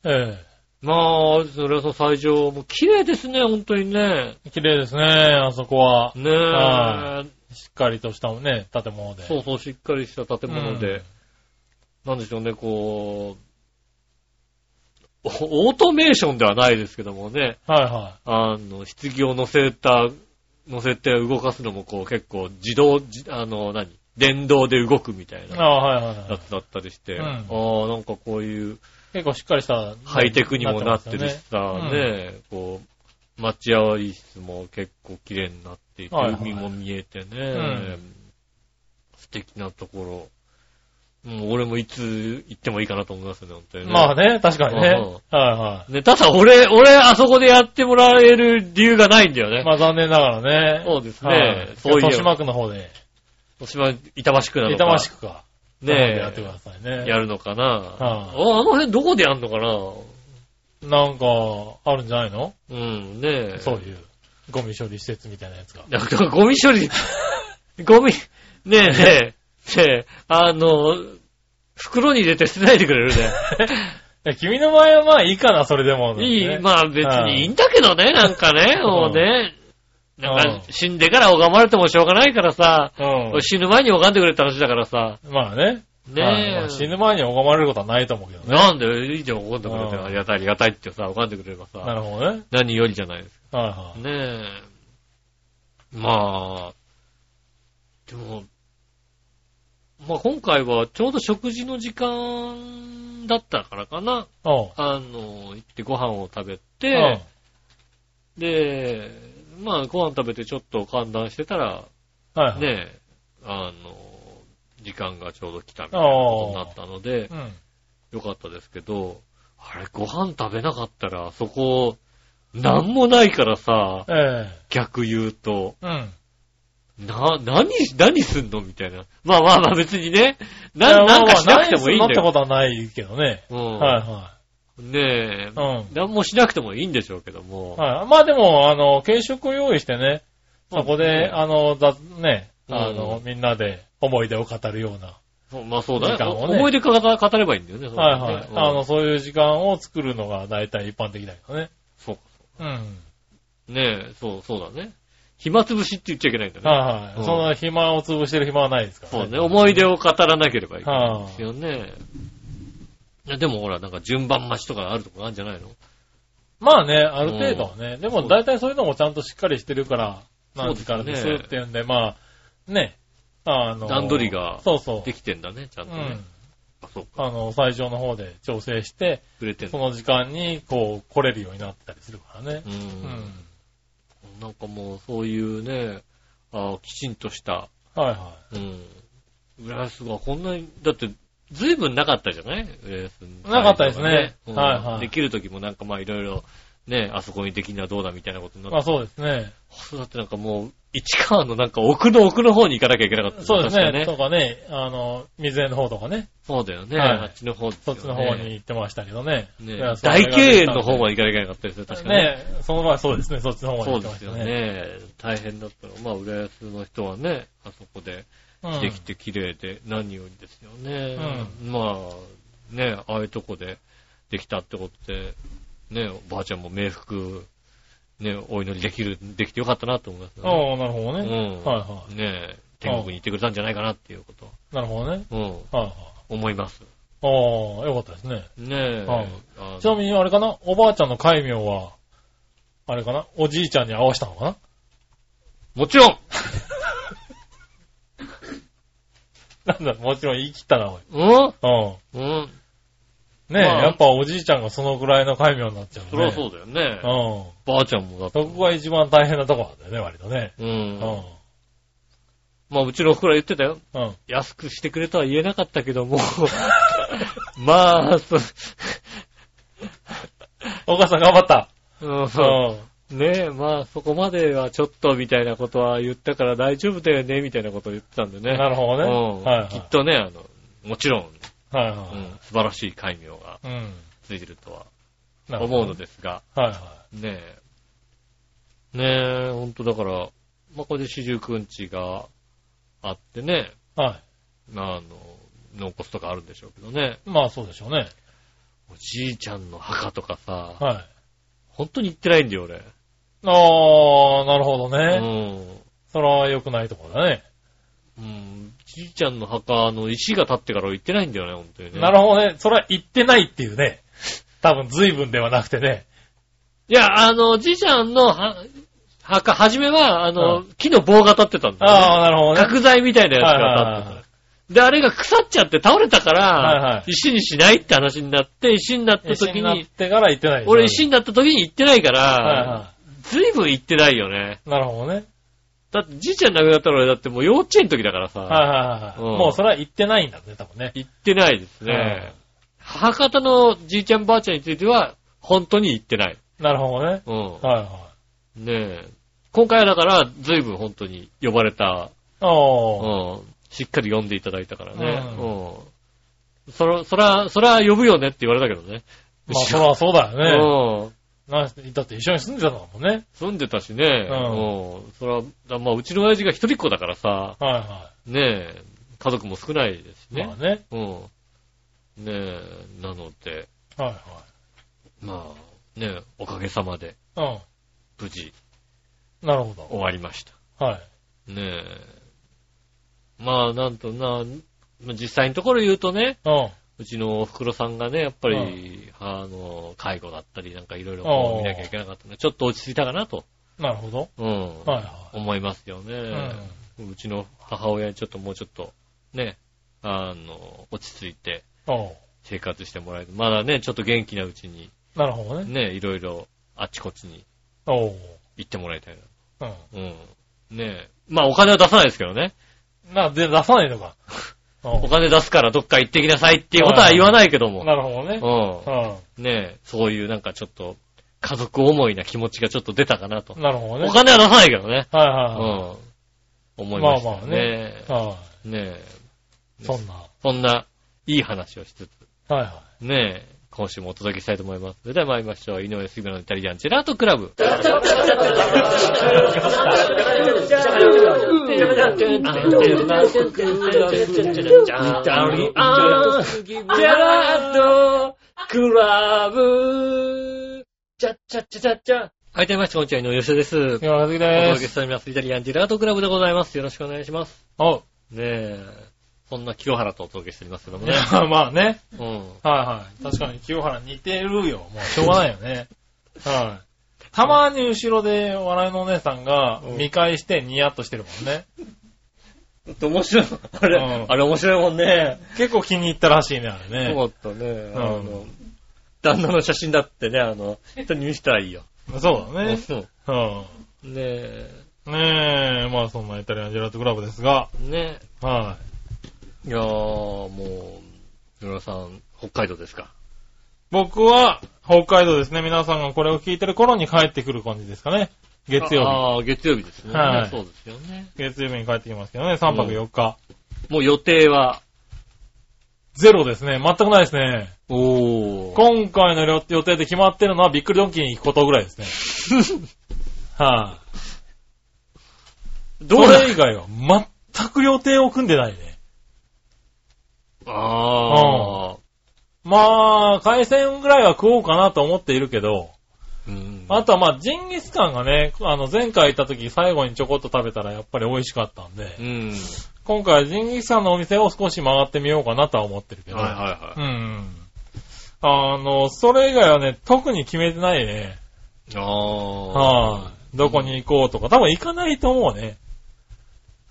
S3: え。え
S2: まあ、あれですよ、浦安の最上、もう綺麗ですね、本当にね。
S3: え。綺麗ですね、あそこは。
S2: ね
S3: は
S2: え。
S3: しっかりとしたね、建物で。
S2: そうそう、しっかりした建物で、なんでしょうね、こう、 おオートメーションではないですけどもね、
S3: はいは
S2: あの、棺を乗せた、乗せて動かすのもこう結構自動、じあの、何電動で動くみたい
S3: い。
S2: な
S3: ああ、はいはいは
S2: や
S3: い。
S2: つだったりして、
S3: うん
S2: ああ、なんかこういう
S3: 結構しっかりした。
S2: ハイテクにもなってるし
S3: ね
S2: さ、
S3: うん
S2: ね、こう、待合室も結構綺麗になっていて、
S3: はいはい
S2: 海も見えてね、
S3: ん
S2: 素敵なところ。もう俺もいつ行ってもいいかなと思いますよね、本当に、ね。
S3: まあね、確かにね。はい
S2: うん
S3: は
S2: ね、ただ俺、俺あそこでやってもらえる理由がないんだよ ね。
S3: い。まあ残念ながらね。
S2: そうですね
S3: はい
S2: そういえば
S3: 豊島区の方で、
S2: おしまい、板橋区なのか。
S3: 板橋区か。の
S2: ね
S3: 方でやってくださいね。
S2: やるのかな。あ
S3: あ
S2: あの辺どこでやんのか
S3: なんか、あるんじゃないの
S2: なうん、ねえ。
S3: そういう、ゴミ処理施設みたいなやつが。
S2: なんか ゴミ処理、ゴミ、ねえねえ、ねえ、あの、袋に入れて捨てないでく れるね。
S3: え君の場合はまあいいかな、それでも、
S2: いい、
S3: ね
S2: まあ別にいいんだけどね、なんかね、もうね。なんか
S3: うん
S2: 死んでから拝まれてもしょうがないからさ、
S3: うん。
S2: 死ぬ前に拝んでくれって話だからさ、
S3: まあね。はいま
S2: ね
S3: あ死
S2: え。
S3: ぬ前に拝まれることはないと思うけどね。
S2: なんで、いいじゃん、拝んでくれて、
S3: うん
S2: ありがたい、ありがたいってさ、拝んでくれれば
S3: な
S2: さ、
S3: るほどね。
S2: 何よりじゃないですか。
S3: はいはい。
S2: ねえ。まあ、でも、まあ今回はちょうど食事の時間だったからかな。
S3: おう
S2: あの、行ってご飯を食べ
S3: うん。
S2: て、で、まあご飯食べてちょっと寒暖してたら、
S3: はいはい。
S2: ねえ、あの、時間がちょうど来たみたいなことになったので
S3: う、ん。
S2: よかったですけど、あれご飯食べなかったら、そこ、なんもないからさ、
S3: え
S2: 逆言うと。
S3: え。うん。
S2: な、何、何すんのみたいな。まあまあまあ別にね。
S3: いや
S2: な、なんかしなくてもいいん
S3: まあまあなっ
S2: だ
S3: たこ
S2: よ。
S3: とはないけどね。
S2: うん。
S3: は
S2: ねえ、
S3: いはい。
S2: 何もしなくてもいいんでしょうけども。
S3: うん。はい。まあでも、あの、軽食を用意してね、そこで、
S2: うん
S3: あの、雑ね、あ
S2: う
S3: の
S2: ん、
S3: みんなで思い出を語るような。
S2: そうまあそうだね
S3: 時間をね
S2: 思い出かが語ればいいんだよね。そう
S3: は
S2: だ
S3: い
S2: ね
S3: はい。
S2: うん
S3: あの、そういう時間を作るのが大体一般的だけどね。
S2: そう
S3: うん。
S2: ねえ、そう、そうだね。暇つぶしって言っちゃいけないんだね。
S3: はいは
S2: うん
S3: い。その暇を潰してる暇はないですから
S2: そうね。思い出を語らなければいけない
S3: は
S2: です
S3: い。
S2: よね。いやでもほら、なんか順番待ちとかあるとこあるんじゃないの
S3: まあね、ある程度はね。でも大体そういうのもちゃんとしっかりしてるから、何時からです
S2: そうですね
S3: っていうんで、まあ、ね、あの、
S2: 段取りが
S3: そうそう
S2: で。きてんだね、ちゃん
S3: う
S2: とね
S3: ん。。
S2: あ、そうか。
S3: あの、最上の方で調整して、
S2: くれてん
S3: そ
S2: だ。
S3: の時間に、こう、来れるようになったりするからね
S2: う。
S3: うんん。
S2: なんかもう、そういうね、あきちんとした、
S3: はいは
S2: うん。浦安がこんなに、だって、ずいぶんなかったじゃない浦安に
S3: なかったですね
S2: うん
S3: はいはい。
S2: できる時もなんかまあいろいろ、ね、あそこにできんのはどうだみたいなことにないっ
S3: ま
S2: て、
S3: あそうですね。
S2: そうだってなんかもう、市川のなんか奥の奥の方に行かなきゃいけなかった。
S3: そうです
S2: 確か
S3: ね。とかね、あの、水江の方とかね、
S2: そうだよね。
S3: はい
S2: あっちの方です
S3: そ
S2: よ
S3: っ
S2: ね
S3: ちの方に。行ってましたけどね。い
S2: ね
S3: や、それ
S2: 大
S3: が
S2: 敬遠の方まで行かなきゃいけなかったですね、確かに。
S3: ね、その場合そうですね、そっちの方に
S2: そ
S3: 行
S2: う
S3: って
S2: で
S3: まし
S2: す
S3: た
S2: よ
S3: ね。
S2: ね。大変だったの。まあ、浦安の人はね、あそこで
S3: うん
S2: できて綺麗で何よりですよね。
S3: う
S2: まあ、ね、ああいうとこでできたってことで、ね、おばあちゃんも冥福、ね、お祈りできる、できてよかったなと思いますね。
S3: ああ、なるほどね。
S2: うん
S3: はいは
S2: ね天国に行ってくれたんじゃないかなっていうこと、
S3: い。なるほどね。
S2: うん、
S3: はいはい。
S2: 思います。
S3: ああ、よかったですね。
S2: ねえ
S3: はい。
S2: あの
S3: ちなみにあれかなおばあちゃんの戒名は、あれかなおじいちゃんに合わせたのかな
S2: もちろん
S3: なんだ、もちろん言い切ったな、おい。
S2: うん
S3: うん。
S2: うん。
S3: ねえ、
S2: まあ
S3: やっぱおじいちゃんがそのぐらいの戒名になっちゃうね。
S2: そりゃそうだよね。
S3: うん。
S2: ばあちゃんもだって。
S3: そこが一番大変なとこなんだよね、割とね。
S2: う。
S3: うんん。
S2: まあ、うちのおふくら言ってたよ。
S3: うん。
S2: 安くしてくれとは言えなかったけ ども、まあ、そう、
S3: お母さん頑張った。
S2: うん、
S3: う
S2: そ
S3: ん。
S2: う。ねえ、まあ、そこまではちょっとみたいなことは言ったから大丈夫だよね、みたいなことを言ってたんでね。
S3: なるほどね。
S2: うん
S3: はいはい
S2: きっとね、あの、もちろん、
S3: はいうは
S2: ん、素晴らしい戒名が
S3: い。うん。
S2: ついてるとは
S3: なるほど
S2: 思うのですが、
S3: はいは
S2: ねえ。ねえ、ほんとだから、まあ、これで四十九日があってね、
S3: い。は
S2: あの、残すとかあるんでしょうけどね。
S3: い。まあそうでしょうね。
S2: おじいちゃんの墓とかさ、
S3: はい。
S2: ほんとに行ってないんだよ、俺。
S3: ああ、なるほど
S2: う
S3: ね。
S2: ん。
S3: それは良くないところだね。
S2: うん、じいちゃんの墓の石が立ってから行ってないんだよね、本当にね。
S3: なるほどね。それは言ってないっていうね。多分随分ではなくてね。
S2: いや、あの、じいちゃんのは墓、はじめは、あの、
S3: う
S2: 木の棒が立ってたんだよ、ね。
S3: ああ、なるほどね。
S2: 角材みたいなやつが
S3: はいはい
S2: 立
S3: は
S2: ってた。で、あれが腐っちゃって倒れたから、
S3: はいはい
S2: 石にしないって話になって、石になった
S3: 石
S2: 時
S3: になっ
S2: に、
S3: てから言ってないでしょ
S2: 俺石になった時に行ってないか
S3: はい
S2: ら、
S3: は
S2: ずいぶん行ってないよね。
S3: い。なるほどね。
S2: だって、じいちゃん亡くなったの俺だってもう幼稚園の時だからさ、
S3: はいはいはい。
S2: うん
S3: もうそれは言ってないんだね、多分ね。
S2: 行ってないですね。博多のじいちゃんばあちゃんについては、本当に行ってない。
S3: なるほどね。
S2: うん。
S3: はいはい。
S2: ねえ。今回はだから、ずいぶん本当に呼ばれた、う
S3: おー。
S2: ん。しっかり呼んでいただいたからね。
S3: う
S2: うん。そら、そら、そら呼ぶよねって言われたけどね。
S3: まあそれはそうだよね。
S2: うん。
S3: なんせだって一緒に住んでたんだもんね。
S2: 住んでたしね。
S3: う
S2: うん。そら、だまあ、うちの親父が一人っ子だからさ、
S3: はいは
S2: ねえ、家族も少ないですし
S3: い。まあ
S2: ね。
S3: ね。
S2: うん。ねえ、なので、
S3: はいはい。
S2: まあ、ねえ、おかげさまで、
S3: う
S2: 無事、
S3: ん。なるほ
S2: 終わりました。
S3: ど。はい。
S2: ねえ。まあ、なんとな、まあ実際のところ言うとね、
S3: うん。
S2: うちのお袋さんがね、やっぱり、あの、介護だったりなんかいろいろこ
S3: おー
S2: う見なきゃいけなかったので、ちょっと落ち着いたかなと、
S3: なるほど。
S2: うん、
S3: はいは
S2: 思いますよ
S3: い。
S2: ね、うちの母親にちょっともうちょっと、ね、あの、落ち着いて
S3: うん。お
S2: 生活してもらえる。まだね、ちょっと元気なうちに、
S3: うなるほどね。
S2: ね、いろいろあっちこっちに
S3: おう
S2: 行ってもらいたいな。
S3: うん。
S2: うん。ねえ。まあ、お金は出さないですけどね。
S3: な、で、出さないの か。
S2: お
S3: う
S2: 金出すからどっか行ってきなさいっていうことは言わないけど
S3: ん。
S2: も。
S3: なるほどね。う
S2: うん。ねえ、そういうなんかちょっと、家族思いな気持ちがちょっと出たかなと
S3: ん。。なるほどね。
S2: お金は出さないけどね。
S3: はいうは
S2: ん。思いましたよ
S3: まあまあ
S2: ね
S3: い。はい。は
S2: ねえ、
S3: い。そんな。は
S2: そんな、いい話をしつつ、
S3: いは
S2: ねえ、今週もお届けしたいと思います。それでは参りましょう。井上杉村のイタリアンジェラートクラブ。はい、どうもこんにちは。井上芳です。お
S3: い。山崎で
S2: 届け
S3: す。
S2: しております。イタリアンジェラートクラブでございます。よろしくお願いします。
S3: おう。
S2: ねえ、そんな清原とお届けしており ますけども
S3: い
S2: ね。
S3: や、まあね。
S2: うん。
S3: はいはい。確かに清原似てるよ。もう しょうがないよね。はい。たまに後ろで笑いのお姉さんが
S4: うん
S3: 見返してニヤッとしてるもんね。
S4: だって面白い。あれ、
S3: うん
S4: あれ面白いもんね。
S3: 結構気に入ったらしいね、あれね。
S4: そうだったね。あ
S3: ん
S4: の、旦那の写真だってね、あの、人に見せたらいいよ。
S3: そうだね。
S2: そう。
S3: うん。
S2: ねえ、
S3: ねえ、まあそんなイタリアンジェラートクラブですが、
S2: ね
S3: はい
S2: やー、もう、野田さん、北海道ですか。
S3: い。僕は、北海道ですね。皆さんがこれを聞いてる頃に帰ってくる感じですかね。月曜日。
S2: ああー、月曜日ですね。
S3: はい
S2: そうですよね。
S3: 月曜日に帰ってきますけどね、3泊4日。
S2: もう予定は、
S3: ゼロですね。全くないですね。
S2: お ー。
S3: 今回の予予定で決まってるのはびっくりドンキーに行くことぐらいですね。はい、
S2: ど
S3: そうれ
S2: だ
S3: 以外は全く予定を組んでないね。
S2: ああ、
S3: まあ、海鮮ぐらいは食おうかなと思っているけど、
S2: うん
S3: あとはまあ、ジンギスカンがね、あの、前回行った時最後にちょこっと食べたらやっぱり美味しかったんで、
S2: うん。はい
S3: 今回はジンギスカンのお店を少し回ってみようかなとは思ってるけど、
S2: は
S3: うん。あの、それ以外はね、特に決めてないね。
S2: いはい。あ
S3: はい、どこに行こうとか、多分行かないと思うね。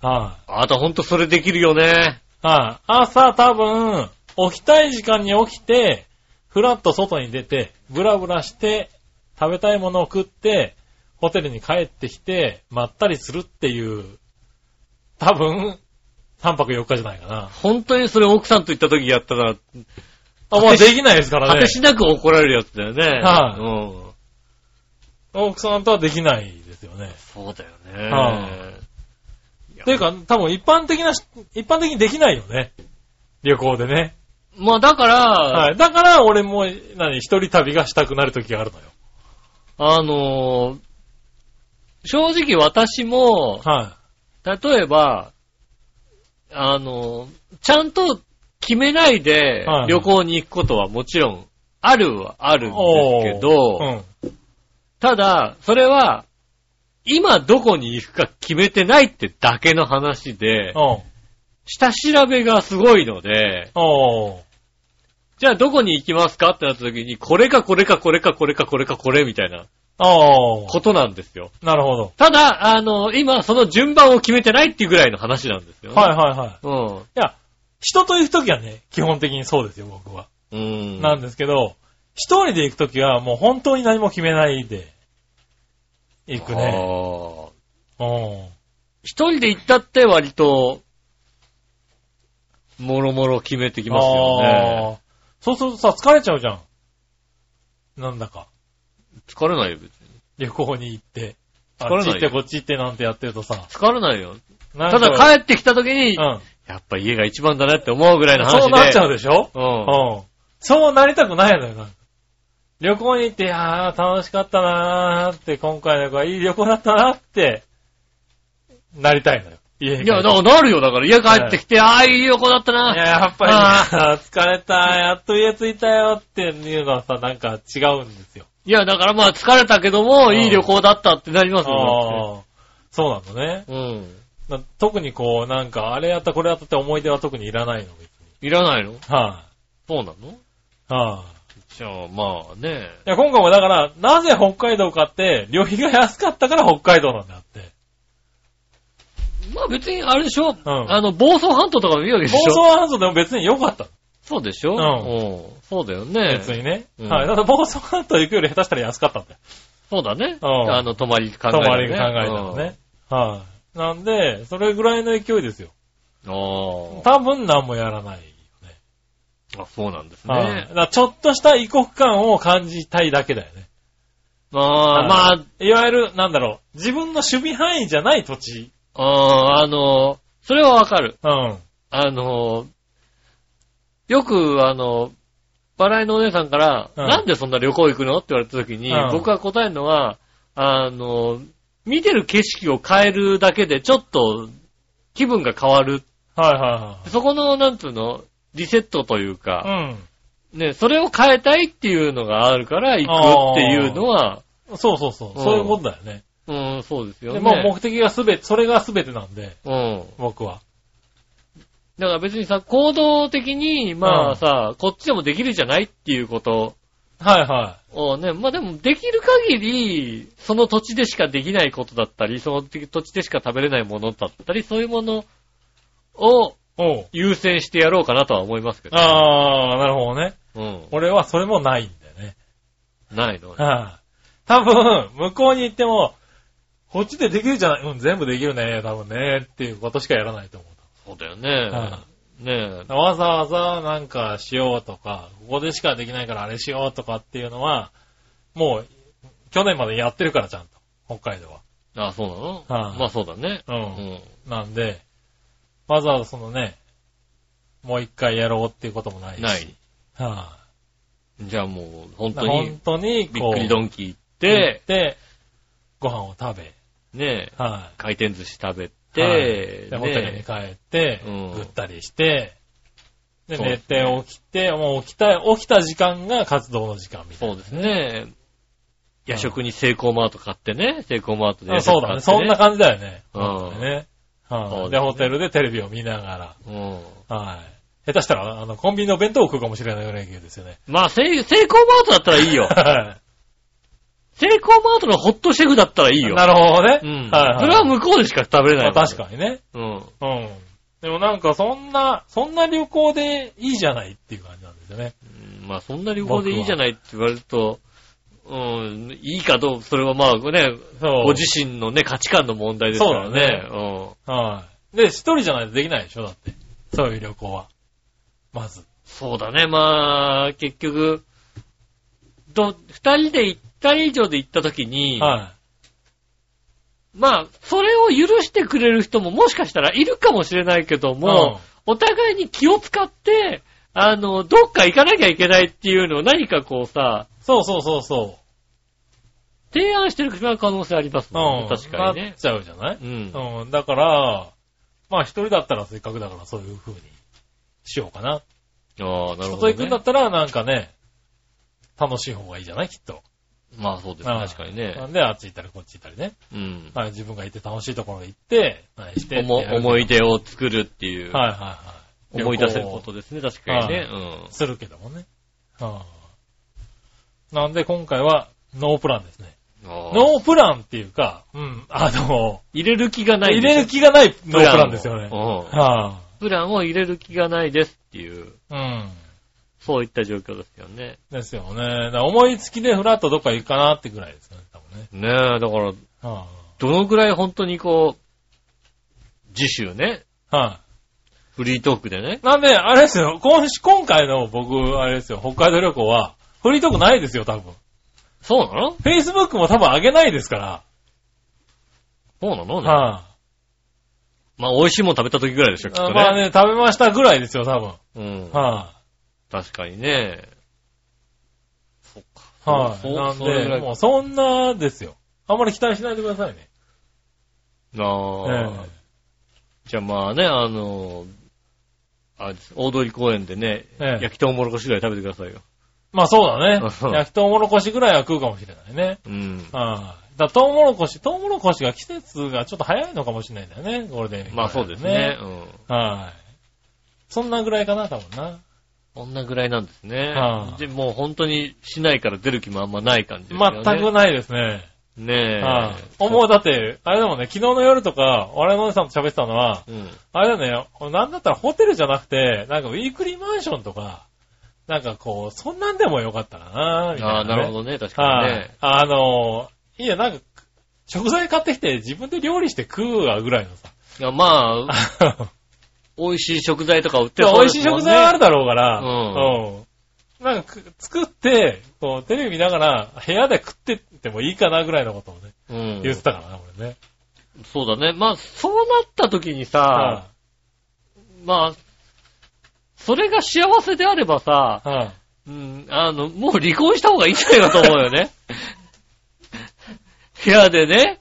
S3: はい、
S2: あ。あとほんとそれできるよね。
S3: はい、朝多分、起きたい時間に起きて、ふらっと外に出て、ブラブラして、食べたいものを食って、ホテルに帰ってきて、まったりするっていう、多分、3泊4日じゃないかな。
S2: 本当にそれ奥さんと行った時やったら、
S3: あ、もうできないですから
S2: 果
S3: ね
S2: て。しなく怒られるやつだよね。
S3: はい
S2: うん。
S3: 奥さんとはできないですよね。
S2: そうだよ
S3: は
S2: ね。
S3: っていうか、多分一般的なし、一般的にできないよね。旅行でね。
S2: まあだから、
S3: はい。だから、俺も、何、一人旅がしたくなる時があるのよ。
S2: あのー正直私も、
S3: は
S2: 例えば、あのーちゃんと決めないで
S3: はい
S2: 旅行に行くことはもちろんあるはある
S3: い。
S2: んですけど、
S3: うん。
S2: ただ、それは、今どこに行くか決めてないってだけの話で、
S3: おう
S2: 下調べがすごいので、
S3: おう
S2: じゃあどこに行きますかってなった時に、これかこれかこれかこれかこれかこれみたいな
S3: おう
S2: ことなんですよ。
S3: なるほど。
S2: ただ、あの、今その順番を決めてないっていうぐらいの話なんですよ、ね。
S3: はいはいはい。
S2: うん。
S3: いや、人と行くときはね、基本的にそうですよ、僕は。
S2: うん。
S3: なんですけど、一人で行くときはもう本当に何も決めないで、行くね。
S2: あ
S3: う
S2: ー
S3: ん。
S2: 一人で行ったって割と、もろもろ決めてきますよね。
S3: あーそうするとさ、疲れちゃうじゃん。なんだか。
S2: 疲れないよ、別に。
S3: 旅行に行って。
S2: 疲
S3: あ
S2: れ
S3: っ
S2: ない
S3: ち行
S2: よ
S3: ってこっち行ってなんてやってるとさ。
S2: 疲れないよ。
S3: な
S2: た
S3: んか
S2: だ帰ってきた時に、
S3: うん。
S2: やっぱ家が一番だなって思うぐらいの話で。
S3: そうなっちゃうでしょ
S2: うん。
S3: うん。そうなりたくないのよ、なんか旅行に行って、あー楽しかったなーって、今回の旅行はいい旅行だったなって、なりたいのよ。家に
S2: い
S3: 帰っ
S2: や、
S3: て
S2: ななるよ、だから。家帰ってきて、ああ、いい横だった
S3: い
S2: な。
S3: や、やっぱりね、あー疲れた、やっと家着いたよっていうのはさ、なんか違うんですよ。
S2: いや、だからまあ疲れたけども、
S3: うん
S2: いい旅行だったってなりますよ。
S3: あーそうなんだね。
S2: だってうん。
S3: な特にこう、なんか、あれやった、これやったって思い出は特にいらないの。別に
S2: いらないの
S3: は
S2: そうなの
S3: い、はい、
S2: じゃあ、まあね。
S3: いや、今回もだから、なぜ北海道かって、旅費が安かったから北海道なんだって。
S2: まあ別に、あれでしょ、うんあの、房総半島とかもいいわけでし
S3: 房
S2: ょ
S3: 総半島でも別に良かった。
S2: そうでしょ
S3: うん
S2: うん。そうだよね。
S3: 別にね。
S2: うん
S3: はい。ただ房総半島行くより下手したら安かったんだよ。
S2: そうだね。
S3: うん
S2: あの、泊まり考え
S3: 泊
S2: たら
S3: ま
S2: ね
S3: り考えたらね。はい。なんで、それぐらいの勢いですよ。
S2: うんあ
S3: 多分何もやらないよね。
S2: あ。あ、そうなんです
S3: はい。だ
S2: ね
S3: か。らちょっとした異国感を感じたいだけだよね。
S2: ああ、まあ、
S3: いわゆる、なんだろう、自分の守備範囲じゃない土地。
S2: あーあの、それはわかる。
S3: うん。
S2: あの、よく、あの、バラエのお姉さんから、
S3: うん
S2: なんでそんな旅行行くのって言われた時に、
S3: うん
S2: 僕が答えるのは、あの、見てる景色を変えるだけで、ちょっと気分が変わる。
S3: はいは
S2: そこの、なんつうの、リセットという
S3: い
S2: か、
S3: はい。
S2: ね、それを変えたいっていうのがあるから行くっていうのは、
S3: うん。そうそうそう。
S2: うん
S3: そういうことだよね。
S2: うん、そうですよ
S3: で
S2: ね。
S3: もう目的がすべて、それがすべてなんで、
S2: うん。
S3: 僕は。
S2: だから別にさ、行動的に、ま
S3: う
S2: あ
S3: ん
S2: さ、こっちでもできるじゃないっていうこと
S3: はいは
S2: をね、まあでもできる限り、その土地でしかできないことだったり、その土地でしか食べれないものだったり、そういうものを
S3: い。おう。
S2: 優先してやろうかなとは思いますけど。
S3: あー、なるほどね。
S2: うん。
S3: 俺はそれもないんだよね。
S2: ないの。
S3: はい。多分、向こうに行っても、こっちでできるじゃない、うん、全部できるね、多分ね、っていうことしかやらないと思
S2: そうだよね。
S3: は
S2: ね
S3: う。わざわざなんかしようとか、ここでしかできないからあれしようとかっていうのは、もう、去年までやってるからちゃんと、北海道は。
S2: え。あ、そうなの
S3: はい
S2: まあそうだね。
S3: うん
S2: うん。
S3: なんで、わざわざそのね、もう一回やろうっていうこともないし。
S2: ない。
S3: は
S2: じゃあもう、本
S3: い
S2: 当
S3: 本
S2: に、
S3: 当に、
S2: び
S3: こ
S2: っ
S3: う、
S2: くりドンキー行っ
S3: 行
S2: て
S3: っ、て、ご飯を食べ、
S2: ねえ、
S3: は
S2: 回転寿司食べ
S3: い。
S2: て、
S3: で、
S2: ね
S3: ホテルに帰って、
S2: うん
S3: ぐったりして、で、
S2: そうで
S3: 寝
S2: すね
S3: て起きて、もう起きた、起きた時間が活動の時間みたい
S2: そうですね。夜食にセイコーマート買ってね、セイコーマートで
S3: な。あ
S2: 夜
S3: そ
S2: 食
S3: うだね。
S2: 買って、ね。
S3: そんな感じだよね。
S2: うん
S3: 本当にね
S2: そう
S3: はい
S2: で
S3: です
S2: ね
S3: ホテルでテレビを見なが
S2: うん。
S3: ら、はい。下手したら、あの、コンビニの弁当を食うかもしれないぐらいですよね。。
S2: まあ、セイ、セイコーマートだったらいい よ
S3: は
S2: セイコーマートのホットシェフだったらいい
S3: い。
S2: よ。
S3: なるほどね。
S2: うん。
S3: はいはい。
S2: それは向こうでしか食べれないもん、
S3: まあ確かにね。
S2: うん。
S3: うん。でもなんかそんな、そんな旅行でいいじゃないっていう感じなんですよね。
S2: うんまあ、そんな旅行でいいじゃないって言われると、うん、いいかどうか、それはまあね、
S3: そう。
S2: ご自身のね、価値観の問題ですからね。うん。
S3: はい。で、一人じゃないとできないでしょだって。そういう旅行は。まず。
S2: そうだね、まあ、結局、ど、二人で行った以上で行った時に、
S3: は
S2: まあ、それを許してくれる人ももしかしたらいるかもしれないけども、お互いに気を使って、あの、どっか行かなきゃいけないっていうのを何かこうさ、
S3: そうそうそうそ
S2: 提案してる可能性あります
S3: う。
S2: もんね。
S3: うん。
S2: 確かに
S3: な
S2: ね
S3: っ。ちゃうじゃない
S2: うん。
S3: うん、だから、まあ一人だったらせっかくだからそういう風にしようかな。
S2: ああ、なる
S3: 人
S2: ほ
S3: と
S2: ど、ね。
S3: 行くんだったらなんかね、楽しい方がいいじゃないきっと。
S2: まあそうですね。
S3: ああ
S2: 確かに
S3: な
S2: ね。
S3: んであっち行ったりこっち行ったりね。
S2: うん。
S3: はい、自分が行って楽しいところに行って、はい、して。
S2: 思
S3: ってやる
S2: 思い。出を作るっていう、
S3: はいはいはい。
S2: 思い出せることですね。確かにね。うん。
S3: するけどもね。はあ、なんで今回はノープランですね。
S2: の
S3: ノープランっていうか、うん、あの、
S2: 入れる気がな
S3: 入
S2: いんです
S3: れ
S2: よ。
S3: る気がないノープランですよね。
S2: うん
S3: は
S2: プランを入れる気がないですっていう、
S3: あ、うん。
S2: そういった状況ですよね。
S3: ですよね。だから思いつきでフラッとどっか行くかなってぐらいですよね、多分ね。
S2: ねえ、だから、
S3: は
S2: どのぐらい本当にこう、次週ね、
S3: あ、はい、
S2: フリートークでね。
S3: なんで、あれですよ、今週、今回の僕、あれですよ、北海道旅行は、フリートークないですよ、多分。
S2: そうなの
S3: Facebook も多分上げないですから。
S2: そうなのね。
S3: は
S2: まあ、美味しいもん食べた時ぐらいでしょ、
S3: い
S2: きっとね。
S3: まあね、食べましたぐらいですよ、多分。はい、
S2: うん。確かにね。
S3: はい、
S2: そう
S3: なん
S2: それぐら
S3: で、
S2: い
S3: もうそんなですよ。あんまり期待しないでくださいね。
S2: なあ、
S3: え
S2: じゃあまあね、あの、あ大通公園でね、
S3: ええ
S2: 焼きとうもろこしぐらい食べてくださいよ。。
S3: まあそうだね 焼きとうもろこしぐらいは食うかもしれないね。
S2: うん。
S3: はい、だからとうもろこし、とうもろこしが季節がちょっと早いのかもしれないんだよね、ゴールデンウィーク
S2: まあそうですね。。うん。
S3: はい。そんなぐらいかな、多分な。
S2: こんなぐらいなんですね
S3: は。い
S2: でもう本当に市内から出る気もあんまない感じですよね。
S3: 全くないですね。
S2: ねえ。
S3: はい、思う、だって、あれだもんね、昨日の夜とか、我々のおじさんと喋ってたのは、
S2: うん。
S3: あれだね、なんだったらホテルじゃなくて、なんかウィークリーマンションとか、なんかこう、そんなんでもよかったかな、みたいな、
S2: あ
S3: ね。
S2: あ、なるほどね。確か
S3: は
S2: に
S3: い、
S2: ね。
S3: あの、いいや、なんか、食材買ってきて自分で料理して食うわぐらい の
S2: いやまあ、
S3: さ。
S2: 美味しい食材とか売って
S3: で
S2: そう
S3: 美
S2: で
S3: 味し
S2: す
S3: い
S2: もん
S3: 食
S2: ね
S3: 材はあるだろうから、
S2: うん
S3: うんなんかく作って、こう、テレビ見ながら、部屋で食ってってもいいかなぐらいのことをね、
S2: うん
S3: 言ってたからな、俺ね。
S2: そうだね。まあ、そうなった時にさ、まあ、それが幸せであればさ、
S3: はい、はい
S2: うん、あの、もう離婚した方がいいんじゃないかと思うよね。 部屋でね、
S3: はいはいはい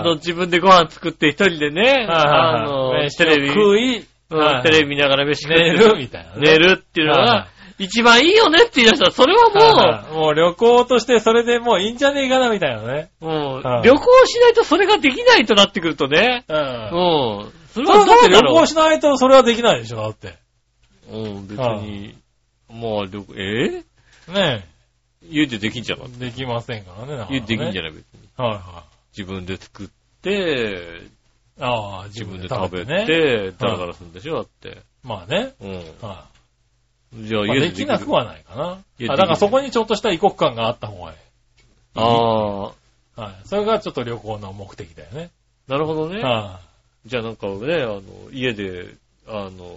S2: あの、自分でご飯作って一人でね、あの、テレビ、
S3: 食い、
S2: うん
S3: はいはい
S2: テレビ見ながら飯食っ
S3: 寝
S2: て
S3: るみたいなね、
S2: 寝るっていうの
S3: はいは
S2: が、一番いいよねって言い出したら、それは
S3: はいはいもう旅行としてそれでもういいんじゃねえかなみたいなね。
S2: もう、うん
S3: はい
S2: 旅行しないとそれができないとなってくるとね、
S3: う。
S2: うんん、それ
S3: それ
S2: は
S3: はだって
S2: どうだ
S3: 旅
S2: ろ
S3: 行しないとそれはできないでしょ、だって。
S2: う。うん、別
S3: は
S2: に、まあ、旅行、え
S3: ね
S2: ー家でできんじゃな
S3: え
S2: い。
S3: できませんからね。なかなか
S2: 家
S3: ね
S2: でできんじゃない別に。
S3: はいは
S2: 自分で作って、
S3: い。ああ、自
S2: 自分
S3: 分
S2: で
S3: で
S2: 食べ
S3: 食べ
S2: て、
S3: てね。
S2: ダラダラするんでしょだって。
S3: まあね。
S2: うん。
S3: は
S2: じゃあ
S3: い。まあ
S2: 家で
S3: で
S2: でき
S3: き
S2: る。
S3: なくはないかな。
S2: 家でできる
S3: あだからそこにちょっとした異国感があった方がいい。
S2: ああ、
S3: はい。それがちょっと旅行の目的だよね。
S2: なるほどね。
S3: は
S2: じゃあなんかね、あの、家で、あの、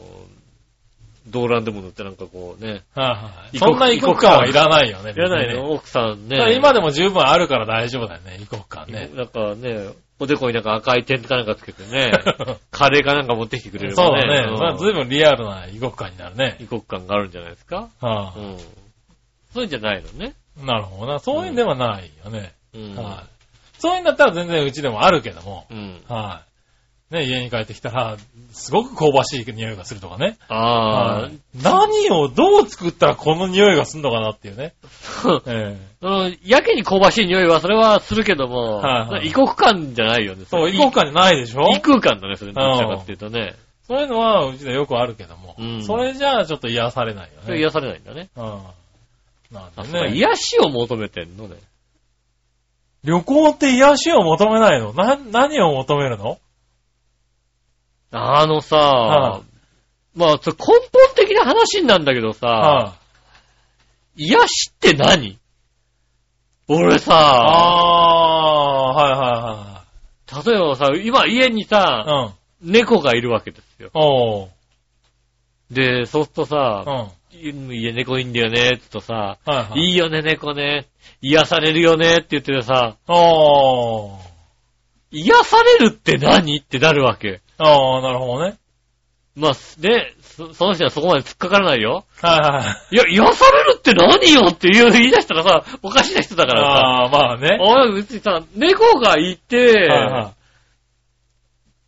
S2: 動乱でも塗ってなんかこうね、
S3: い。はいはい。
S2: 異国
S3: そんな異国感はいらないよね。
S2: いらない
S3: 別にね
S2: の奥さん
S3: だから
S2: ね。
S3: 今でも十分あるから大丈夫だよね、異国感ね。
S2: なんかね、おでこになんか赤い点かなんかつけてね、 カレーかなんか持ってきてくれれ
S3: そう
S2: ば
S3: だ
S2: ね。
S3: ね。まあ、ずい
S2: ぶ
S3: ぶんリアルな異国感になるね。
S2: 異国感があるんじゃないですか
S3: は
S2: うん。そういうんじゃないのね。
S3: あ、なるほどな。そういうんではないよね。
S2: うん。
S3: はい、そういうんだったら全然うちでもあるけども。
S2: うん。
S3: はい、ね、家に帰ってきたら、すごく香ばしい匂いがするとかね。
S2: ああ
S3: は、い何をどう作ったらこの匂いがするのかなっていうね。ええ
S2: うん、やけに香ばしい匂いは、それはするけども、
S3: はいはい
S2: 異国感じゃないよね。
S3: そう、異国感じゃないでしょ
S2: い異空間だね、それ。どちらかっていうとね。
S3: そういうのはうちでよくあるけども。
S2: うん
S3: それじゃあちょっと癒されないよ
S2: それ
S3: ね。
S2: 癒されないんだね。
S3: うん。なん
S2: あ
S3: で
S2: そうか
S3: ね。
S2: 癒しを求めてんのね。
S3: 旅行って癒しを求めないのな、何を求めるの
S2: あのさ、
S3: は
S2: まあ、それ根本的な話なんだけどさ、
S3: はい
S2: 癒しって何俺さ、
S3: ああー、は
S2: 例えばさ、今家に
S3: いはい
S2: さ、
S3: はい。うん。
S2: 猫がいるわけですよ。
S3: おう。
S2: で、そうすると
S3: う
S2: さ
S3: ん。、はい
S2: や、猫いいんだよね、って言うとさ、
S3: はい。
S2: いいよね、猫ね。癒されるよね、って言ってるさ、
S3: おー。
S2: 癒されるって何ってなるわけ。
S3: あー、なるほどね。
S2: まあ、で、そその人はそこまで突っかからないよ。
S3: はいはい。
S2: いや、癒されるって何よって言う言い出したらさ、おかしな人だからさ。
S3: ああ、まあね。
S2: おい、別にさ、猫がいて、
S3: はいは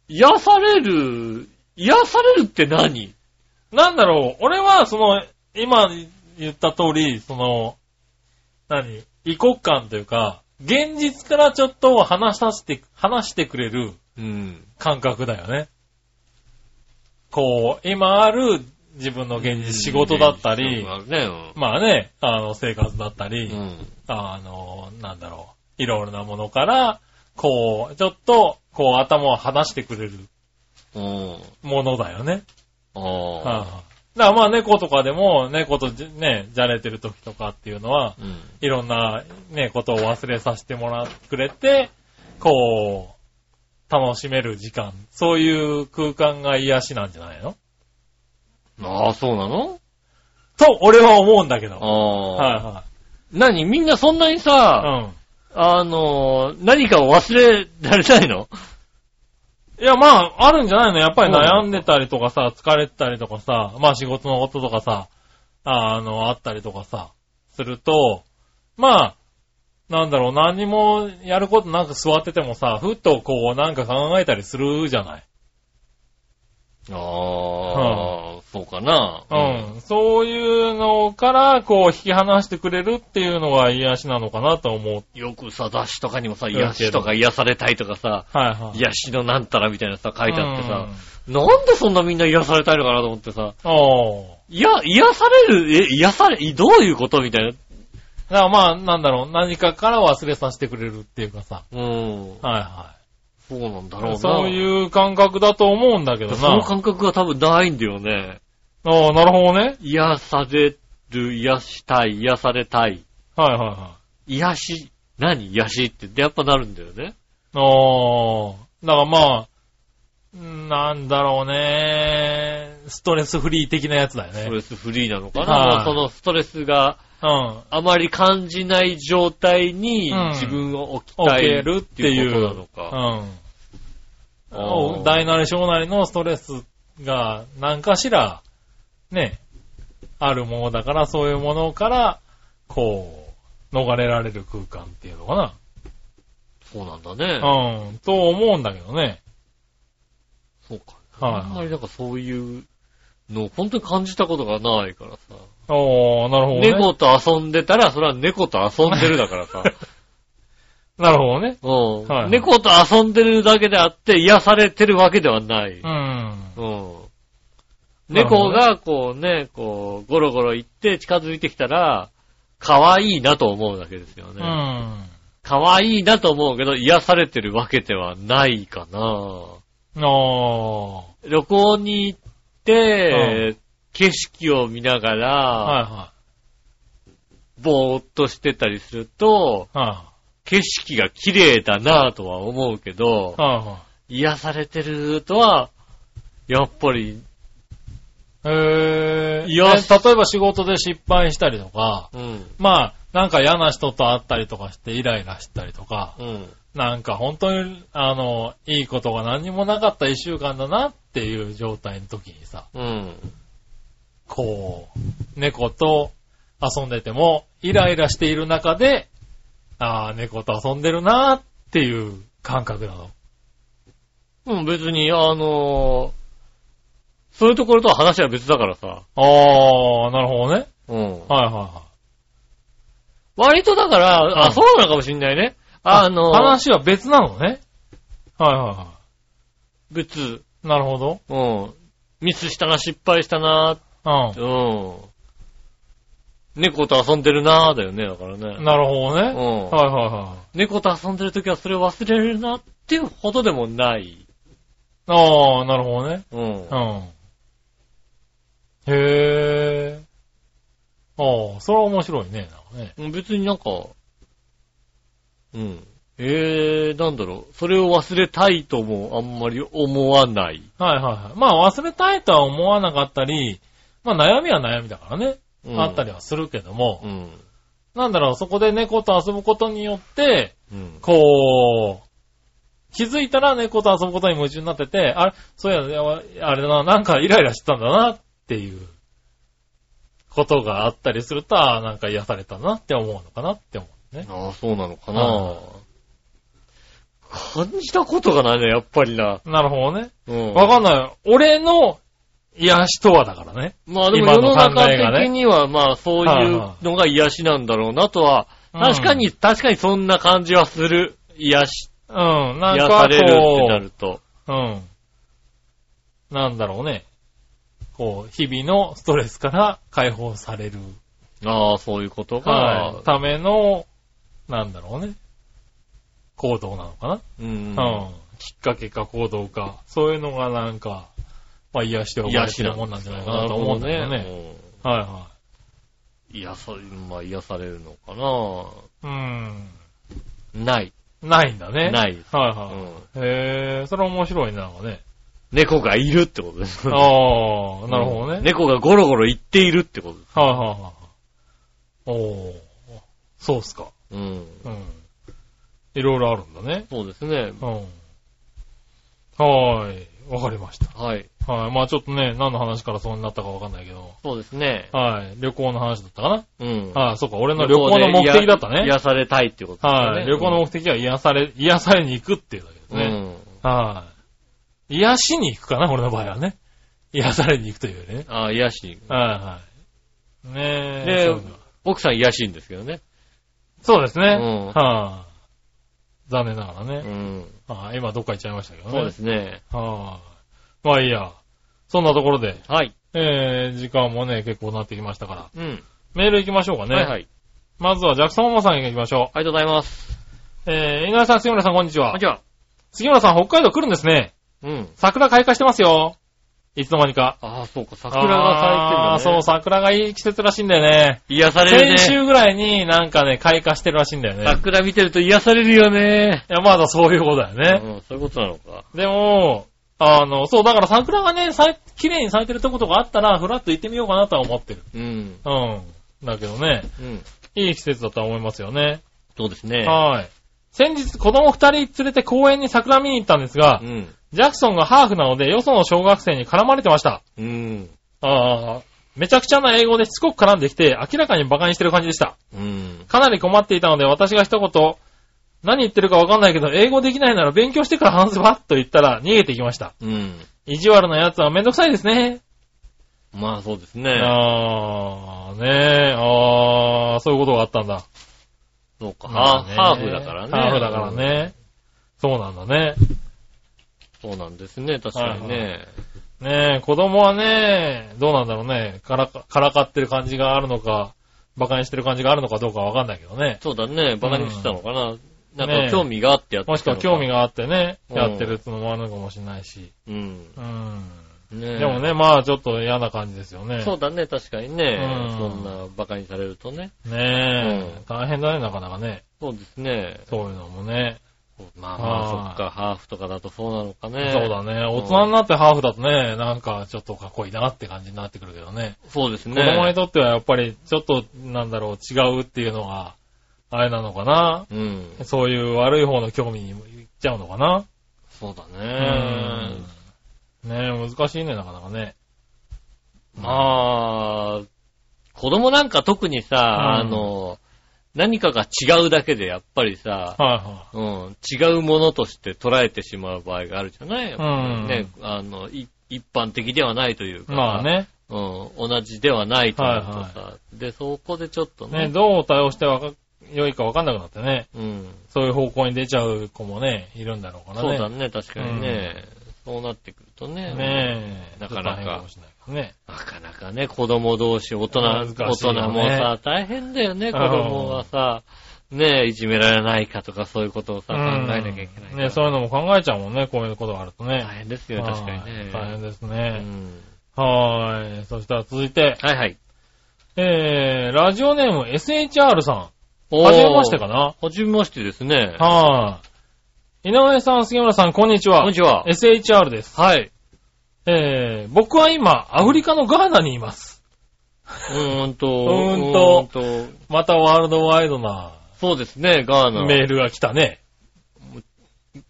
S2: 癒される、癒されるって何
S3: いなんだろう、俺はその、今言った通り、その、何異国感というか、現実からちょっと話させて、話してくれる
S2: うん。
S3: 感覚だよね。こう、今ある自分の現実、仕事だったり、
S2: そうだね、
S3: まあね、あの、生活だった
S2: う
S3: り、
S2: ん。
S3: あの、なんだろう、いろいろなものから、こう、ちょっと、こう、頭を離してくれる
S2: うん。
S3: ものだよね。
S2: うん。
S3: はいはいだからまあ猫とかでも、猫とじね、じゃれてる時とかっていうのは、
S2: うん。
S3: いろんなね、ことを忘れさせてもらってくれて、こう、楽しめる時間。そういう空間が癒しなんじゃないの
S2: ああ、そうなの
S3: と、俺は思うんだけど。
S2: あ
S3: はい
S2: あ。
S3: は
S2: 何みんなそんなに
S3: い。う
S2: さ、
S3: ん。
S2: あのー、何かを忘れられないの
S3: いや、まあ、あるんじゃないのやっぱり
S2: そうなの
S3: 悩んでたりとかさ、疲れてたりとかさ、まあ仕事のこととかさ、あの、あったりとかさ、すると、まあ、なんだろう、何もやることなく座っててもさ、ふっとこう、なんか考えたりするじゃない。
S2: ああ、そうかな。
S3: うん。そういうのから、こう、引き離してくれるっていうのが癒しなのかなと思う。
S2: よくさ、雑誌とかにもさ、
S3: ん
S2: 癒しとか癒されたいとかさ、
S3: はいはい。
S2: 癒しのなんたらみたいなさ、書いてあってさ
S3: うん、
S2: なんでそんなみんな癒されたいのかなと思ってさ、
S3: おー。
S2: いや、癒される、え、癒され、どういうことみたいな。
S3: だからまあ、なんだろう、何かから忘れさせてくれるっていうかさ、
S2: うん。
S3: はいは
S2: そうなんだろうな。
S3: い。そういう感覚だと思うんだけどな。
S2: その感覚が多分ないんだよね。
S3: ああ、なるほどね。
S2: 癒される、癒したい、癒されたい。
S3: はいはいは
S2: 癒し、何癒しって、やっぱなるんだよね。
S3: い。ああ、だからまあ、なんだろうね。ストレスフリー的なやつだよ
S2: ス
S3: ね
S2: ト。レスフリーなのかな、
S3: はい
S2: まあそのストレスが
S3: うん。
S2: あまり感じない状態に
S3: うん
S2: 自分を置き
S3: 置
S2: 換
S3: け
S2: え
S3: る
S2: る
S3: っ
S2: ってて
S3: い。
S2: いううことなのか。
S3: うん
S2: あー
S3: お。大なり小なりのストレスが何かしら、ね、あるものだから、そういうものから、こう、逃れられる空間っていうのか
S2: そうなんだね。
S3: な。うん。と思うんだけどね。
S2: そうか。
S3: はい
S2: あんまりなんかそういうのを本当に感じたことがないからさ。
S3: おー、なるほどね。
S2: 猫と遊んでたら、それは猫と遊んでるだから さ。
S3: なるほどね。
S2: うん
S3: はい
S2: 猫と遊んでるだけであって癒されてるわけではない。
S3: うん。
S2: うん。
S3: なるほ
S2: 猫
S3: どね
S2: がこうね、こう、ゴロゴロ行って近づいてきたら、可愛いなと思うだけですよ
S3: う
S2: ね。
S3: ん。
S2: 可愛いなと思うけど、癒されてるわけではないかな。
S3: おー。
S2: 旅行に行って、景色を見なが
S3: はい
S2: ら、
S3: は
S2: ぼーっとしてたりすると、
S3: い。は
S2: 景色が綺麗だなとは思うけど
S3: い、は
S2: 癒されてるとは、やっぱり、
S3: い。へえ。
S2: い
S3: え
S2: や
S3: 例えば仕事で失敗したりとか、
S2: うん、
S3: まあ、なんか嫌な人と会ったりとかしてイライラしたりとか、
S2: うん。
S3: なんか本当に、あの、いいことが何もなかった一週間だなっていう状態の時にさ、
S2: うん。
S3: こう、猫と遊んでても、イライラしている中で、ああ、猫と遊んでるなっていう感覚なの。
S2: うん、別に、あのーそういうところとは話は別だからさ。
S3: ああ、なるほどね。
S2: うん。
S3: はいはいはい。
S2: 割とだから、
S3: う
S2: あ、
S3: ん
S2: そうなのかもしんないね。あのー
S3: 話は別なのね。はいはいは
S2: 別、
S3: い。なるほど。
S2: うん。ミスしたな、失敗したな、
S3: う
S2: うん。猫と遊んでるなーだよね、だから
S3: ん。
S2: ね。
S3: なるほどね。はい
S2: う
S3: は
S2: ん。
S3: いは
S2: 猫と遊んでるときはそれを忘れるなっていうほどでもない。
S3: い。ああ、なるほどね。
S2: うん
S3: う。ん。へえ。ああ、それは面白いね。なんかね
S2: 別になんか、うん。えー、なんだろう。それを忘れたいともあんまり思わない。
S3: はいはいはい。まあ忘れたいとは思わなかったり、まあ悩みは悩みだからね。あった
S2: り。
S3: りはするけども、
S2: うん。
S3: なんだろう、そこで猫と遊ぶことによって、
S2: うん。
S3: こ気づいたら猫と遊ぶことに夢中になってて、あれ、そうやね、あれだな、なんかイライラしてたんだなっていうことがあったりすると、あーなんか癒されたなって思うのかなって思うね。
S2: ああ、そうなのか
S3: う
S2: な。感じたことがないね、やっぱりな。
S3: なるほどね。
S2: うん
S3: わかんない。俺の癒しとはだからね。
S2: まあで
S3: 今
S2: も
S3: の
S2: 世の
S3: 考
S2: 中
S3: えがね
S2: 的にはまあそういうのが癒しなんだろうなとは、
S3: うん
S2: 確かに、確かにそんな感じはする。癒し、
S3: うん、なん
S2: 癒
S3: か
S2: されるってな
S3: こ
S2: ると。
S3: う、うん。なんだろうね。こう、日々のストレスから解放される、
S2: ああ、そういうことが、
S3: はい、ための、なんだろうね。行動なのかな。
S2: うん
S3: うん。きっかけか行動か、そういうのがなんか、まあ癒して生ま
S2: 癒
S3: れ
S2: してな
S3: るもんなんじゃないかなと思うんだよ
S2: なる
S3: ね。
S2: ほ
S3: はいは
S2: どね。うん癒さ、まあ癒されるの
S3: い。
S2: か
S3: うん。
S2: なない。
S3: ないんだね。。
S2: ないい。
S3: はいうは
S2: ん
S3: い。へえ、それ面白いねなんかね。
S2: 猫がいるってことです。
S3: ああ、なるほどね。
S2: 猫がゴロゴロ行っているってことです。
S3: はいはいはい。おー。そうっすか。
S2: うん。
S3: うん。いろいろあるんだね。
S2: そうですね。
S3: うん。はーい。わかりまし
S2: はい。
S3: た。はい。まあちょっとね、何の話からそうになったかわかんないけど。
S2: そうですね。
S3: はい。旅行の話だったかな
S2: うん。
S3: ああ、そうか。俺の旅行の目的だった
S2: で
S3: ね。
S2: 癒癒されたいってことですよね。
S3: はい。旅行の目的は癒され、癒されに行くっていうだけですね。
S2: ね。
S3: はい。癒しに行くかな、俺の場合はね。癒されに行くというよりね。
S2: うん。ああ、癒やし。
S3: はいはい。ねえ。
S2: で
S3: そうだ
S2: 奥さん癒やしいんですけどね。
S3: そうですね。
S2: うん
S3: はい。残念ながら
S2: う
S3: ね。
S2: ん。
S3: はい今どっか行っちゃいましたけどね。
S2: そうですね。
S3: はい。まあいいや。そんなところで、
S2: はい。
S3: えー、時間もね、結構なってきましたから。
S2: うん。
S3: メール行きましょうかね。
S2: はいはい。
S3: まずはジャクソンモモさん行きましょ
S2: ありがとうございます。
S3: う。えー、井上さん、杉村さん、こんにち
S2: こん
S3: は
S2: に。ちは。
S3: 杉村さん、北海道来るんですね。
S2: うん。
S3: 桜開花してますよ。いつの間にか。
S2: ああ、そうか、桜が
S3: あー
S2: 咲いてるんだ
S3: そう、
S2: ね。
S3: 桜がいい季節らしいんだよね。
S2: 癒されるね。
S3: 先週ぐらいになんかね、開花してるらしいんだよね。い
S2: 桜見てると癒されるよね。
S3: や、まだそういうことだよ
S2: う
S3: ね。
S2: ん、そういうことなのか。
S3: でも、あの、そう、だから桜がね、咲い綺麗に咲いてるとことがあったら、ふらっと行ってみようかなとは思ってる。
S2: うん。
S3: うん。だけどね、
S2: うん。
S3: いい季節だとは思いますよね。
S2: そうですね。
S3: はい。先日、子供二人連れて公園に桜見に行ったんですが、
S2: うん。
S3: ジャクソンがハーフなので、よその小学生に絡まれてました。
S2: うん。
S3: ああ、めちゃくちゃな英語でしつこく絡んできて、明らかに馬鹿にしてる感じでした。
S2: うん。
S3: かなり困っていたので、私が一言、何言ってるかわかんないけど、英語できないなら勉強してから話せばと言ったら逃げていきました。
S2: うん。
S3: 意地悪な奴はめんどくさいですね。
S2: まあそうですね。
S3: ああ、ねえ、ああ、そういうことがあったんだ。
S2: そうか。
S3: まあ
S2: ハ
S3: ね
S2: ーハーフだからね。
S3: ハーフだから。ね。そうなんだね。
S2: そうなんですね、確かに
S3: は
S2: ね。
S3: ねえ、子供はね、どうなんだろうね。からか、からかってる感じがあるのか、馬鹿にしてる感じがあるのかどうかわかんないけどね。
S2: そうだね、バカにしてたのかな。なん
S3: ね
S2: か
S3: え
S2: 興味があってやってた
S3: もしくは興味
S2: が。
S3: があってね、
S2: うん
S3: やってるってのもあるのかもしれないし。
S2: うん。
S3: うん。
S2: ねえ
S3: でも。ね、まあちょっと嫌な感じですよね。
S2: そうだね、確かにね
S3: う。ん
S2: そんなバカにされるとね。
S3: ねえ、
S2: うん
S3: 大変だね、なかなかね。
S2: そうですね。
S3: そういうのもね。
S2: まあまあ、そ
S3: はい
S2: っか、ハーフとかだとそうなのかね。
S3: そうだね。大人になってハーフだとね、なんかちょっとかっこいいなって感じになってくるけどね。
S2: そうですね。
S3: 子供にとってはやっぱりちょっと、なんだろう、違うっていうのが、あれなのかな。
S2: うん。
S3: そういう悪い方の興味にもいっちゃうのかな。
S2: そうだ
S3: う
S2: ね。
S3: ん。ねえ、難しいね、なかなかね。
S2: まあ、子供なんか特にさ、あの、何かが違うだけでやっぱりさ、
S3: は
S2: うん、違うものとして捉えてしまう場合があるじゃないやっぱりね、あの、い一般的ではないという
S3: いは
S2: か、
S3: い。まあね。
S2: うん、同じではないというかさ、で、そこでちょっとね、
S3: ね、どう対応してわか、良いかわかんなくなってね。
S2: うん、
S3: そういう方向に出ちゃう子もね、いるんだろうからね。
S2: そうだね、確かにね、そうなってくるとね、
S3: ねえ。
S2: なかなか
S3: ちょっと大変もしれないけどね。
S2: なかなかね、子供同士、大人、
S3: 難しいよね
S2: 大人もさ、大変だよね、子供はさ、ねえ、いじめられないかとかそういうことをさ、考えなきゃいけないから。
S3: うんねそういうのも考えちゃうもんね、こういうことがあると
S2: 大
S3: ね。
S2: 変ですよね、確かに
S3: は
S2: ね
S3: い。大変です
S2: う
S3: ね。
S2: ん
S3: はーい。そしたら続いて、
S2: はいはい。
S3: えー、ラジオネーム SHR さん。
S2: おー
S3: はじめましてかな
S2: はじめましてですね。
S3: はーい。井上さん、杉村さん、こんにちは。
S2: こんにちは。
S3: SHR です。
S2: はい。
S3: えー、僕は今、アフリカのガーナにいます。
S2: うーんと、
S3: うーんと
S2: うーんと
S3: またワールドワイドな
S2: そうですね、ガーナ。
S3: メールが来たね。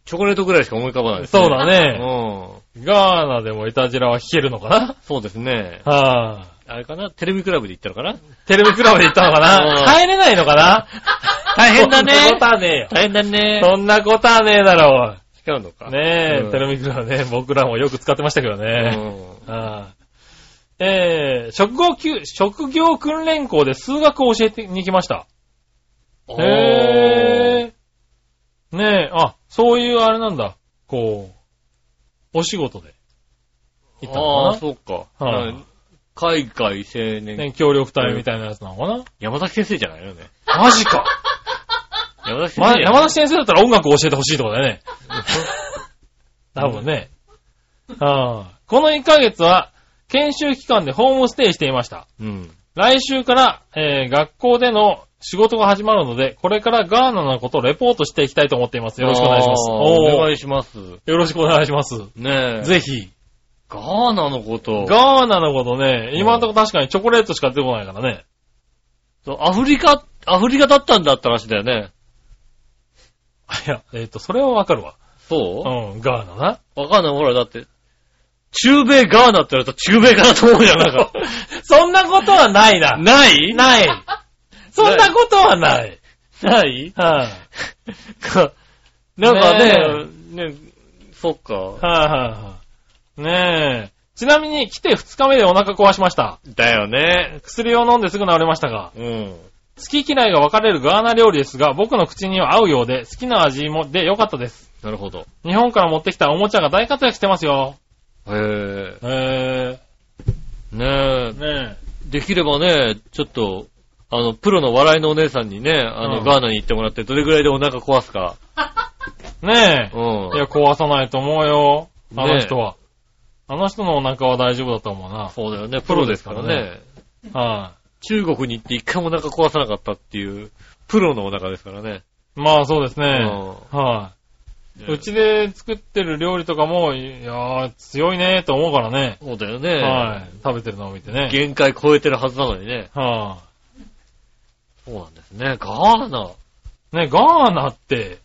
S2: チョコレートぐらいしか思い浮かばないです、
S3: そうだ
S2: う
S3: ね。
S2: ん。
S3: ガーナでもイタジラは弾けるのかな
S2: そうですね。
S3: はあ、
S2: あれかなテレビクラブで行ったのかな
S3: テレビクラブで行ったのか
S2: うん
S3: な帰れないのかな
S2: 大変だね
S3: そんなことはね
S2: 大変だ
S3: え
S2: ね
S3: よ。そんなことはねえだろ
S2: 違うのか。
S3: う。ねえ、
S2: うん
S3: テレビクラブね、僕らもよく使ってましたけど
S2: う
S3: ね。
S2: ん。
S3: ああえー、職業級、職業訓練校で数学を教えてに来ました。
S2: へ
S3: へえ。ねえ、あ、そういうあれなんだ。こう、お仕事で
S2: ー。
S3: 行った
S2: ああ
S3: の
S2: ー、
S3: か
S2: そうか。
S3: はい
S2: うん海外青
S3: な、
S2: 年。
S3: ね、協力隊みたいなやつなのかな
S2: 山崎先生じゃないよね。
S3: マジか、
S2: 山崎先
S3: ま
S2: 生。
S3: 山梨先生だったら音楽を教えてほしいとかだよ ね。多分ね。ああこの1ヶ月は、研修期間でホームステイしていました。
S2: うん。
S3: 来週から、えー学校での仕事が始まるので、これからガーナのことをレポートしていきたいと思っています。よろしくお願いします。
S2: あー
S3: おー
S2: お願いします。
S3: よろしくお願いします。
S2: ねえ。
S3: ぜひ。
S2: ガーナのこと。
S3: ガーナのことね、今のところ確かにチョコレートしか出てこないからね。
S2: そうアフリカ、アフリカだったんだって話だよね。
S3: あいや、えっ、と、それはわかるわ。
S2: そう
S3: うん、ガーナな。
S2: わかんない。ほら、だって、中米ガーナって言われたら中米かなと思うじゃん、なんか。
S3: そんなことはないな。
S2: ない
S3: ない。そんなことはない。
S2: ない
S3: はい、
S2: か なんかね、ねそっ
S3: は
S2: か。
S3: いはいはい。ねえ。ちなみに来て2日目でお腹壊しました。
S2: だよね。
S3: 薬を飲んですぐ治りましたが、
S2: うん。
S3: 好き嫌いが分かれるガーナ料理ですが、僕の口には合うようで、好きな味もで良かったです。
S2: なるほど。
S3: 日本から持ってきたおもちゃが大活躍してますよ。
S2: へ
S3: へ
S2: え。ねえ
S3: え。。ねえ。
S2: できればね、ちょっと、あの、プロの笑いのお姉さんにね、あの、
S3: うん
S2: ガーナに行ってもらって、どれぐらいでお腹壊すか。
S3: ねえ
S2: う。
S3: い
S2: ん
S3: や、。壊さないと思うよ。あの人
S2: ね
S3: は。あの人のお腹は大丈夫だと思うな。
S2: そうだよね。プロですから
S3: プロで
S2: ね。
S3: は
S2: 中国に行って一回もお腹壊さなかったっていう、プロのお腹ですからね。
S3: い。まあそうですね。
S2: う
S3: はい。うちで作ってる料理とかも、いやー、強いねーと思うからね。
S2: そうだよね。
S3: はい。食べてるのを見てね。
S2: 限界超えてるはずなのにね。
S3: は
S2: そうなんですね。ガーナ。
S3: い。ね、ガーナって、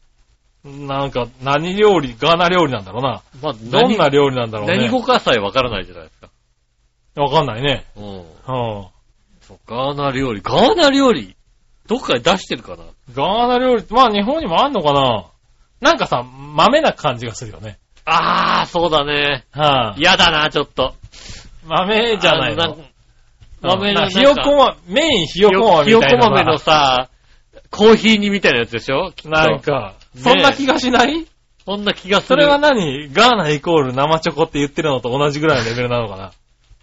S3: なんか、何料理、ガーナ料理なんだろうな。
S2: まあ、
S3: どんな
S2: 何
S3: 料理なんだろうね。
S2: 何語かさえわからないじゃないですか。
S3: わかんないね。
S2: うん。
S3: は
S2: そうガーナ料理。ガーナ料理どっかで出してるかな
S3: あ、ガーナ料理って、まあ日本にもあんのかななんかさ、豆な感じがするよね。
S2: あー、そうだね。
S3: はい、
S2: 嫌だな、ちょっと。
S3: 豆じゃない
S2: あ
S3: の
S2: の。ん豆の
S3: う
S2: なんん
S3: ひ
S2: か
S3: よこま、メインひよこまみ
S2: ひ
S3: た
S2: よ
S3: いな。
S2: こ豆のさ、コーヒー煮みたいなやつでしょきっと
S3: なんか、
S2: ね
S3: そんな気がしない
S2: そんな気がす
S3: そ
S2: る。
S3: れは何ガーナイコール生チョコって言ってるのと同じぐらいのレベルなのかな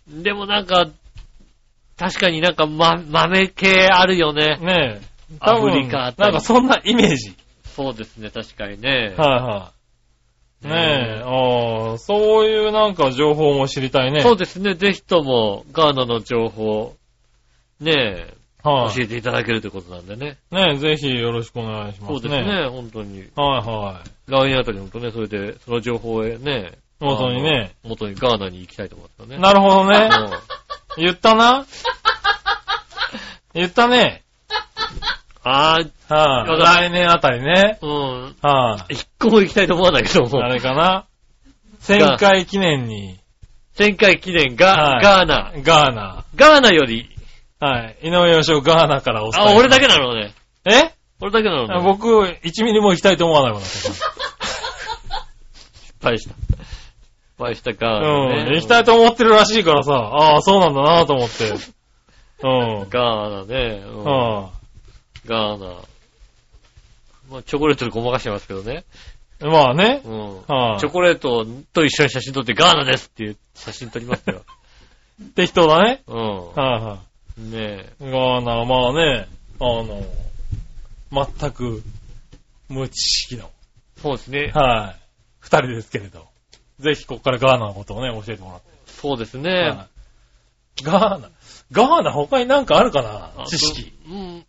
S2: でもなんか、確かになんか、ま、豆系あるよね。
S3: ねえ。多分
S2: アフリカあた
S3: なん
S2: り
S3: かそんなイメージ。
S2: そうですね、確かにね。
S3: はいはい。ねえ、ああ、そういうなんか情報も知りたいね。
S2: そうですね、ぜひとも、ガーナの情報、ねえ、
S3: はい、
S2: 教えていただけるということなんでね。
S3: ねえ、ぜひよろしくお願いしますね。
S2: そうですね、本当に。
S3: はいはい。
S2: ガーナあたりもとね、それで、その情報へね、
S3: 元にね。
S2: あの、元にガーナに行きたいと思ったね。
S3: なるほどね。
S2: うん
S3: 言ったな。言ったね。
S2: あー、
S3: はい、
S2: わかんな
S3: 来年あたりね。
S2: うん。
S3: はい、
S2: 一個も行きたいと思わないけども
S3: あ。れかな ?1000 回記念に、
S2: 前回記念が、
S3: はい
S2: ガーナ。
S3: ガーナ。
S2: ガーナより、
S3: はい。井上義雄ガーナからお伝え
S2: あ、俺だけ
S3: だ。
S2: なのね。
S3: え
S2: 俺だけなのね。
S3: 僕、1ミリも行きたいと思わないもんだって
S2: 失敗した。失敗したか。
S3: うん。
S2: ね
S3: 行きたいと思ってるらしいからさ、ああ、そうなんだなと思って。うん。
S2: ガーナね。うん
S3: は
S2: ガーナ。まあ、チョコレートでごまかしてますけどね。
S3: あ、まあね
S2: う。ん。
S3: はあ
S2: チョコレートと一緒に写真撮ってガーナですっていう写真撮りますよ。
S3: 適当だね。
S2: う
S3: はい、はい、
S2: ん。ね
S3: ガーナ、まあね、あの、全く無知識の、
S2: え。そうですね。
S3: はい、二人ですけれど。ぜひここからガーナのことをね、教えてもらって。
S2: そうです
S3: は
S2: ね。
S3: いガーナ、ガーナ他になんかあるかな
S2: あ
S3: 知識。。
S2: そううん。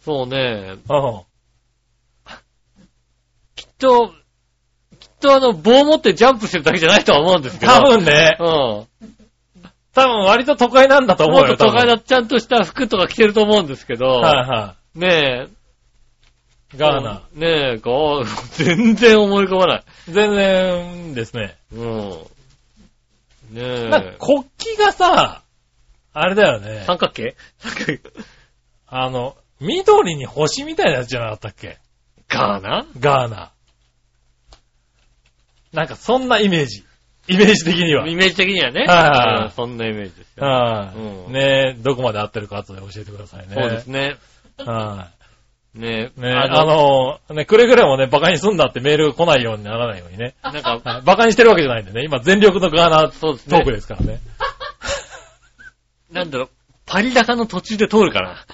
S2: そうね。
S3: うん。
S2: きっと、きっとあの、棒持ってジャンプしてるだけじゃないとは思うんですけど。
S3: 多分ね、
S2: うん。
S3: 多分割と都会なんだと思
S2: も
S3: う
S2: っ
S3: よ、
S2: と都会だとちゃんとした服とか着てると思うんですけ
S3: 多
S2: ど。
S3: 分はいはい。
S2: ねえ。
S3: ガーナ。。
S2: ねえ、ガー、 全然思い浮かばない。
S3: 全然ですね。
S2: うん。ねえ。
S3: なんか国旗がさ、あれだよね。
S2: 三角形三角形。
S3: あの、緑に星みたいなやつじゃなかったっけ
S2: ガーナ
S3: ガーナ。なんかそんなイメージ。イメージ的には。
S2: イメージ的には
S3: は
S2: ね。
S3: いはい
S2: うんそんなイメージですよ。
S3: は
S2: う
S3: い。
S2: ん
S3: ねえ、どこまで合ってるか後で教えてくださいね。
S2: そうですね。
S3: は
S2: ね
S3: い。
S2: え。
S3: ねえ、あ、の、ね、くれぐれもね、バカにすんなってメールが来ないようにならないようにね。
S2: なんか、
S3: はいバカにしてるわけじゃないんでね。今全力のガーナ
S2: そうです
S3: ト
S2: ね
S3: ーク。ですからね。
S2: なんだろう、パリ高の途中で通るかな。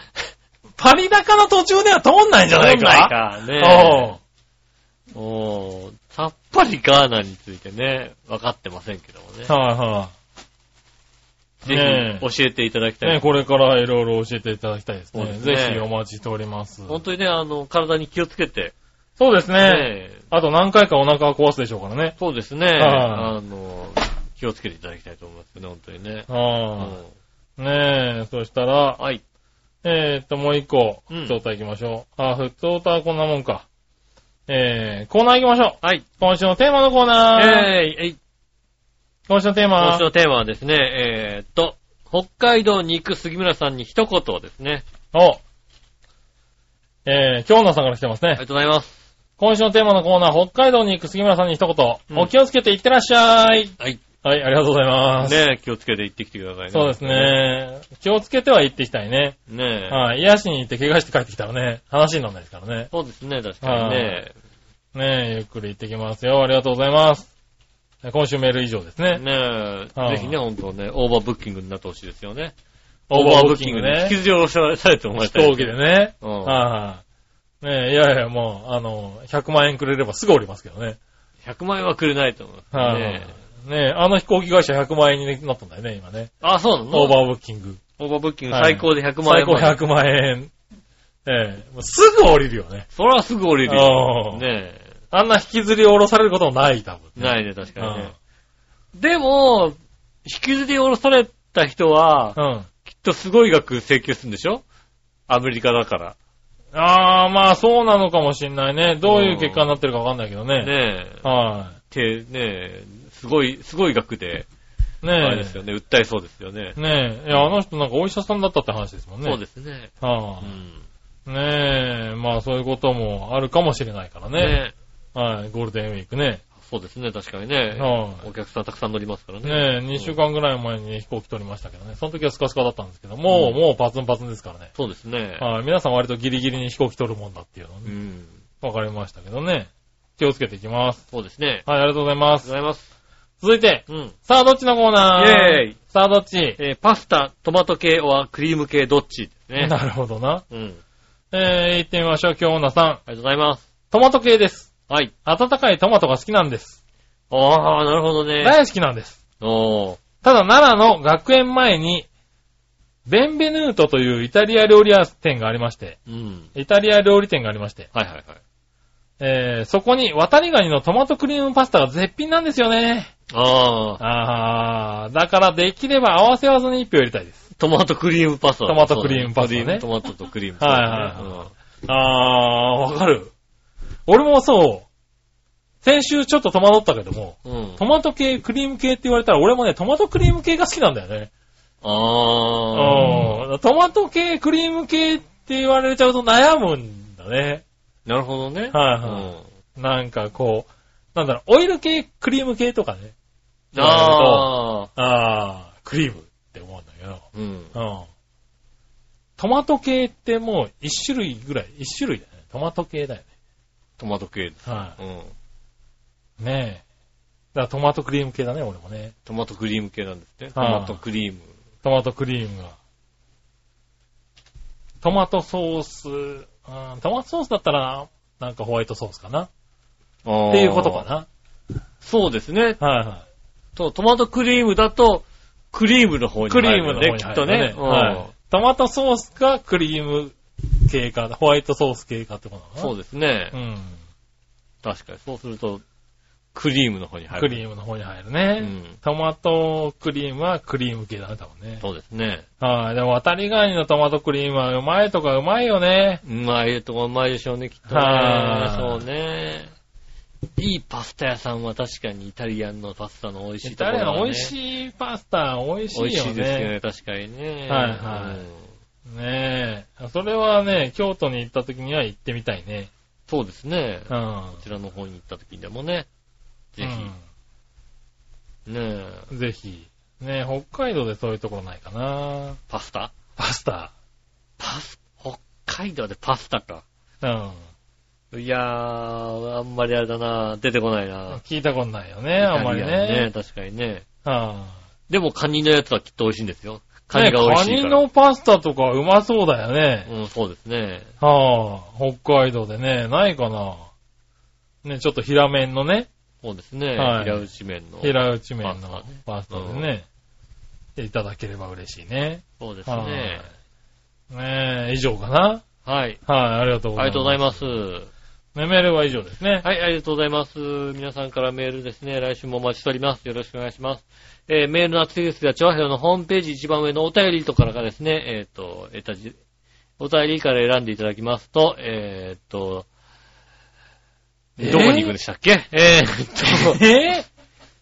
S3: パリ高の途中では通んないんじゃないか。
S2: 通んないか。ねえ。
S3: おう
S2: おーさっぱりガーナについてね、分かってませんけどもね。
S3: はいは
S2: ぜ
S3: ねえ
S2: ひ教えていただき
S3: い。
S2: た
S3: ね
S2: い。
S3: えこれからいろいろ教えていただきたいです
S2: そうで
S3: ね。
S2: すね
S3: ぜひお待ちしております。
S2: 本当にね、あの、体に気をつけて。
S3: そうですね。
S2: ねえ
S3: あと何回かお腹は壊すでしょうからね。
S2: そうですね。
S3: は
S2: あの、気をつけていただきたいと思いますね、本当にね。
S3: あ
S2: う
S3: あ。ねえ、そした
S2: ん
S3: ら、
S2: はい。
S3: えーっと、もう一個、
S2: うん
S3: ふつおた行きましょう。あ、ふつおたはこんなもんか。えー、コーナー行きましょう。
S2: はい。
S3: 今週のテーマのコーナー。
S2: えーい、えい
S3: 今週のテー
S2: 今
S3: マ
S2: 週、のテーマはですね、えーっと、北海道に行く杉村さんに一言をですね。
S3: お、えー、京奈さんから来てますね。
S2: ありがとうございます。
S3: 今週のテーマのコーナー、北海道に行く杉村さんに一言、
S2: うん
S3: お気をつけて行ってらっしゃい。
S2: はい。
S3: はい、ありがとうございます。
S2: ねえ、気をつけて行ってきてくださいね。
S3: そうです。ね。気をつけては行ってきたいね。
S2: ねえ。
S3: はい、癒しに行って怪我して帰ってきたらね、話にならないですからね。
S2: そうですね、確かにね。
S3: ねえ、ゆっくり行ってきますよ。ありがとうございます。え今週メール以上ですね。
S2: ねえ、
S3: はい
S2: ぜひね、本当ね、オーバーブッキングになってほしいですよね。
S3: オーバーブッキング
S2: オーバー
S3: ね
S2: ブッキングに引きずり下ろされてもらい
S3: 飛
S2: たい。
S3: 行機で。ね。
S2: うん。
S3: はいはい。ねえ、いやいや、もう、あの、100万円くれればすぐ降りますけどね。
S2: 100万円はくれないと思います。
S3: はい、
S2: ねえ
S3: ねえ、あの飛行機会社100万円になったんだよね、今ね。
S2: あ、そうなの
S3: オーバーブッキング。
S2: オーバーブッキング
S3: はい
S2: 最高で100万
S3: 最
S2: 円。
S3: 高100万円。ええ、もうすぐ降りるよね。
S2: それはすぐ降りる
S3: う
S2: よ。
S3: ん
S2: ね
S3: あんな引きずり下ろされることもない、多分、
S2: え。
S3: ね。
S2: ないね、確かにね。でも、引きずり下ろされた人は
S3: う、ん。
S2: きっとすごい額請求するんでしょアメリカだか
S3: ああ、まあそうなのかもしんないね。どういう結果になってるかわかんないけどね。
S2: ら。ねえ。
S3: は
S2: て、ねえ、すごい、すごい額で、
S3: い。
S2: あれ
S3: ね
S2: ですよね、訴えそうですよね
S3: え。。ねえ。いや、あの人なんかお医者さんだったって話ですもんね。
S2: そう
S3: で
S2: ですね。
S3: す。は
S2: うん。
S3: あ、ねえ。まあそういうこともあるかもしれないからね。
S2: ねえ。
S3: はい。ゴールデンウィークね。
S2: そうですね、確かにね。
S3: は
S2: お客さんたくさん乗りますから
S3: い。
S2: ね。
S3: ねえ、2週間ぐらい前に飛行機取りましたけどね。その時はスカスカだったんですけど、もう、
S2: うん
S3: もうパツンパツンですからね。
S2: そうですね。
S3: はい。皆さん割とギリギリに飛行機取るもんだっていうの
S2: う
S3: ね
S2: ん。
S3: わかりましたけどね。気をつけていきます。
S2: そうですね。あ
S3: はい、ありがとうございま
S2: りがとう
S3: す
S2: ご。ざいます。
S3: 続いて、
S2: うん。
S3: さあどっちのコーナー
S2: イェーイ
S3: さあどっち、
S2: えーパスタ、トマト系はクリーム系どっちですね。
S3: なるほどな。
S2: うん。あり
S3: えー、行ってみましょう、今日女さん。
S2: がとうございます。
S3: トマト系です。
S2: はい。
S3: 温かいトマトが好きなんです。
S2: ああ、なるほどね。
S3: 大好きなんです。
S2: おー。
S3: ただ、奈良の学園前に、ベンベヌートというイタリア料理屋店がありまして、
S2: うん。
S3: イタリア料理店がありまして、
S2: はいはいはい。
S3: えー、そこに渡りガニのトマトクリームパスタが絶品なんですよね。
S2: ああ、
S3: あー、だからできれば合わせ技に一票入れたいです。
S2: トマトクリームパスタ。
S3: トマトクリームパスタね
S2: そうだクリームトマトとクリーム
S3: はいはいあー、わかる。俺もそう、先週ちょっと戸惑ったけども、
S2: い。うん。うん
S3: トマト系、クリーム系って言われたら、俺もね、トマトクリーム系が好きなんだよね。
S2: ああ、
S3: うん。トマト系、クリーム系って言われちゃうと悩むんだね。
S2: なるほど
S3: は
S2: ね。
S3: いはいなんかこう、なんだろう、オイル系、クリーム系とかね。
S2: うん。ああ、
S3: あー、クリームって思うんだけど。
S2: うん。
S3: うん。トマト系ってもう一種類ぐらい、一種類だよね。トマト系だよね。
S2: トマト系です。
S3: は
S2: うん。
S3: い。ねえ。だからトマトクリーム系だね、俺もね。
S2: トマトクリーム系なんですね。ト
S3: はい
S2: マトクリーム。
S3: トマトクリームが。トマトソース、うん、トマトソースだったら、なんかホワイトソースかな
S2: っ
S3: っていうことか
S2: そうですね。
S3: な。はいは
S2: とトマトクリームだと、クリームの方
S3: い。
S2: に
S3: ク
S2: 入
S3: リ
S2: る
S3: ー
S2: よ
S3: ムの方に
S2: ね、き
S3: 入
S2: っ
S3: る
S2: と
S3: ね
S2: ね。
S3: はい。トマトソースかクリーム系か、ホワイトソース系かってことな
S2: うん
S3: の
S2: そうですね
S3: う。ん。
S2: 確かに。そうすると、クリームの方に入る。
S3: クリームの方に入るね。
S2: うん
S3: トマトクリームはクリーム系だね、多分ね。
S2: そうですね。
S3: はい。でも、渡りガニのトマトクリームはうまいとかうまいよね。
S2: うまいとこうまいでしょうね、きっとね。
S3: はーい
S2: そうね。いいパスタ屋さんは確かにイタリアンのパスタの美味しい
S3: イ
S2: とこ
S3: タリ
S2: ろ、ね。
S3: アン美味しいパスタ、美味しい
S2: 美
S3: よね。
S2: 味しいですよね、確かにね。
S3: はいはいねえ。それはね、京都に行った時には行ってみたいね。
S2: そうですね。
S3: う
S2: こ
S3: ん。
S2: ちらの方に行った時でもね、ぜひ、ねえ、
S3: うんぜひ。ねえ、北海道でそういうところないかな。
S2: パスタ
S3: パスタ。
S2: パス、北海道でパスタか。
S3: うん。
S2: いやー、あんまりあれだな、出てこないな。
S3: 聞いたことないよね、あんまり
S2: イタリアン
S3: ね。
S2: 確かにね。
S3: うん
S2: でもカニのやつはきっと美味しいんですよ。カニが美味しい
S3: ね
S2: か
S3: カニ
S2: ら。
S3: のパスタとかうまそうだよね。
S2: うん、そうですね。
S3: はあ、北海道でね、ないかな。ね、ちょっと平麺のね、
S2: そうですね。
S3: はい
S2: 平打ち麺の。
S3: 平打ち麺
S2: パ
S3: の
S2: スタね
S3: パスタでね、いただければ嬉しいね。
S2: そうですね。
S3: ねえ、以上かな。
S2: はい。
S3: はい、ありがとうご
S2: あ
S3: ざいます。
S2: りがとうございます。
S3: ね、メールは以上ですね。
S2: はい、ありがとうございます。皆さんからメールですね。来週もお待ちしております。よろしくお願いします。えー、メールの厚いですが、調和表のホームページ一番上のお便りとかからですね、えっ、と、えたじ、お便りから選んでいただきますと、えっ、と、
S3: えー
S2: どこに行くんでしたっけえー、っ と、
S3: え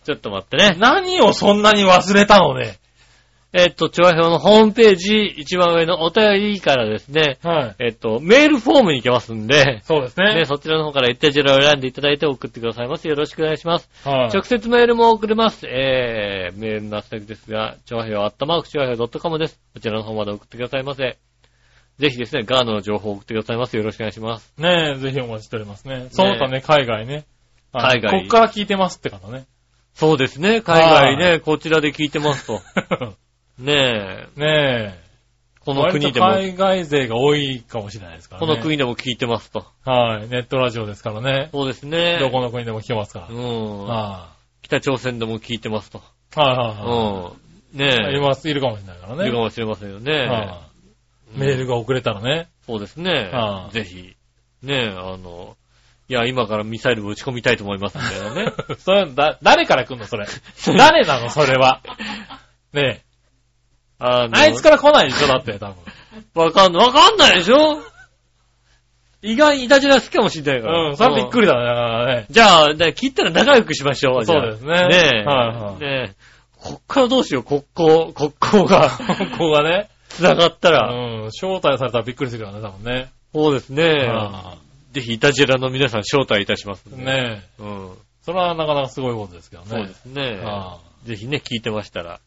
S2: ちょっと待ってね
S3: ー。何をそんなに忘れたのね。
S2: えっと、調和表のホームページ、一番上のお便りからですね、
S3: はい。
S2: えっと、メールフォームに行けますんで、
S3: そうですね
S2: ね、。そちらの方から一定ジェラを選んでいただいて送ってくださいます。よろしくお願いします。
S3: はい。
S2: 直接メールも送れます。えー、メールの宛先ですが、調和表アットマーク調和表 .com です。こちらの方まで送ってくださいませ。ぜひですね、ガードの情報を送ってくださいます。よろしくお願いします。
S3: ねえ、ぜひお待ちしておりますね。その他ね、海外ね。はい
S2: 海外
S3: こっから聞いてますって方 ね。
S2: そうですね、海外ね、こちらで聞いてます と。ねえ、
S3: ねえ。
S2: この国でも、
S3: 割と海外勢が多いかもしれないですから
S2: こ
S3: ね。
S2: の国でも聞いてますと。
S3: はい。ネットラジオですからね。
S2: そうですね。
S3: どこの国でも聞けますから。
S2: うん。
S3: は
S2: 北朝鮮でも聞いてますと。
S3: い。はいは
S2: うん。
S3: いはい。い
S2: ね
S3: ます、いるかもしれないから
S2: え。い
S3: ね。
S2: るかもしれませんよね
S3: は。いメールが遅れたらね。
S2: そうですね
S3: は。い
S2: ぜひ。ねえ、あの、いや、今からミサイルぶち込みたいと思いますみたいなね。
S3: それ、だ、誰から来んの それ。誰なのそれは。ねえ。
S2: あの
S3: あいつから来ないでしょだって、多分。
S2: わかんない。わかんないでしょ意外にいたじら好きかもしれないから。
S3: うん、それはびっくり
S2: り。
S3: だね、だからね。
S2: じゃあ、ね、切ったら仲良くしましょう。じゃあ
S3: そうですね
S2: ねえ。
S3: はいはい
S2: ねえ。こっからどうしよう、国交、国 交が
S3: ここがね。
S2: 繋がったら。
S3: うん、招待されたらびっくりするよね、多分ね。
S2: そうですね。
S3: は
S2: ぜひ、イタジェラの皆さん招待いたしますん
S3: い
S2: で。
S3: ねえ。
S2: うん。
S3: それはなかなかすごいことですけどね。
S2: そうですね。
S3: は
S2: ぜひね、聞いてましたら、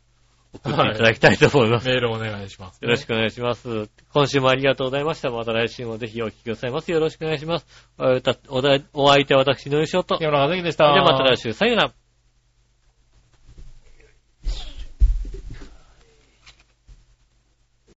S2: 送っていただきたいと思います。
S3: いメールお願いします。
S2: よろしくお願いします。今週もありがとうございました。また来週もぜひお聞きくださいます。よろしくお願いします。お歌お題お相手は私、のりしおと。そ
S3: 木村和樹でした。
S2: れではまた来週、さよなら。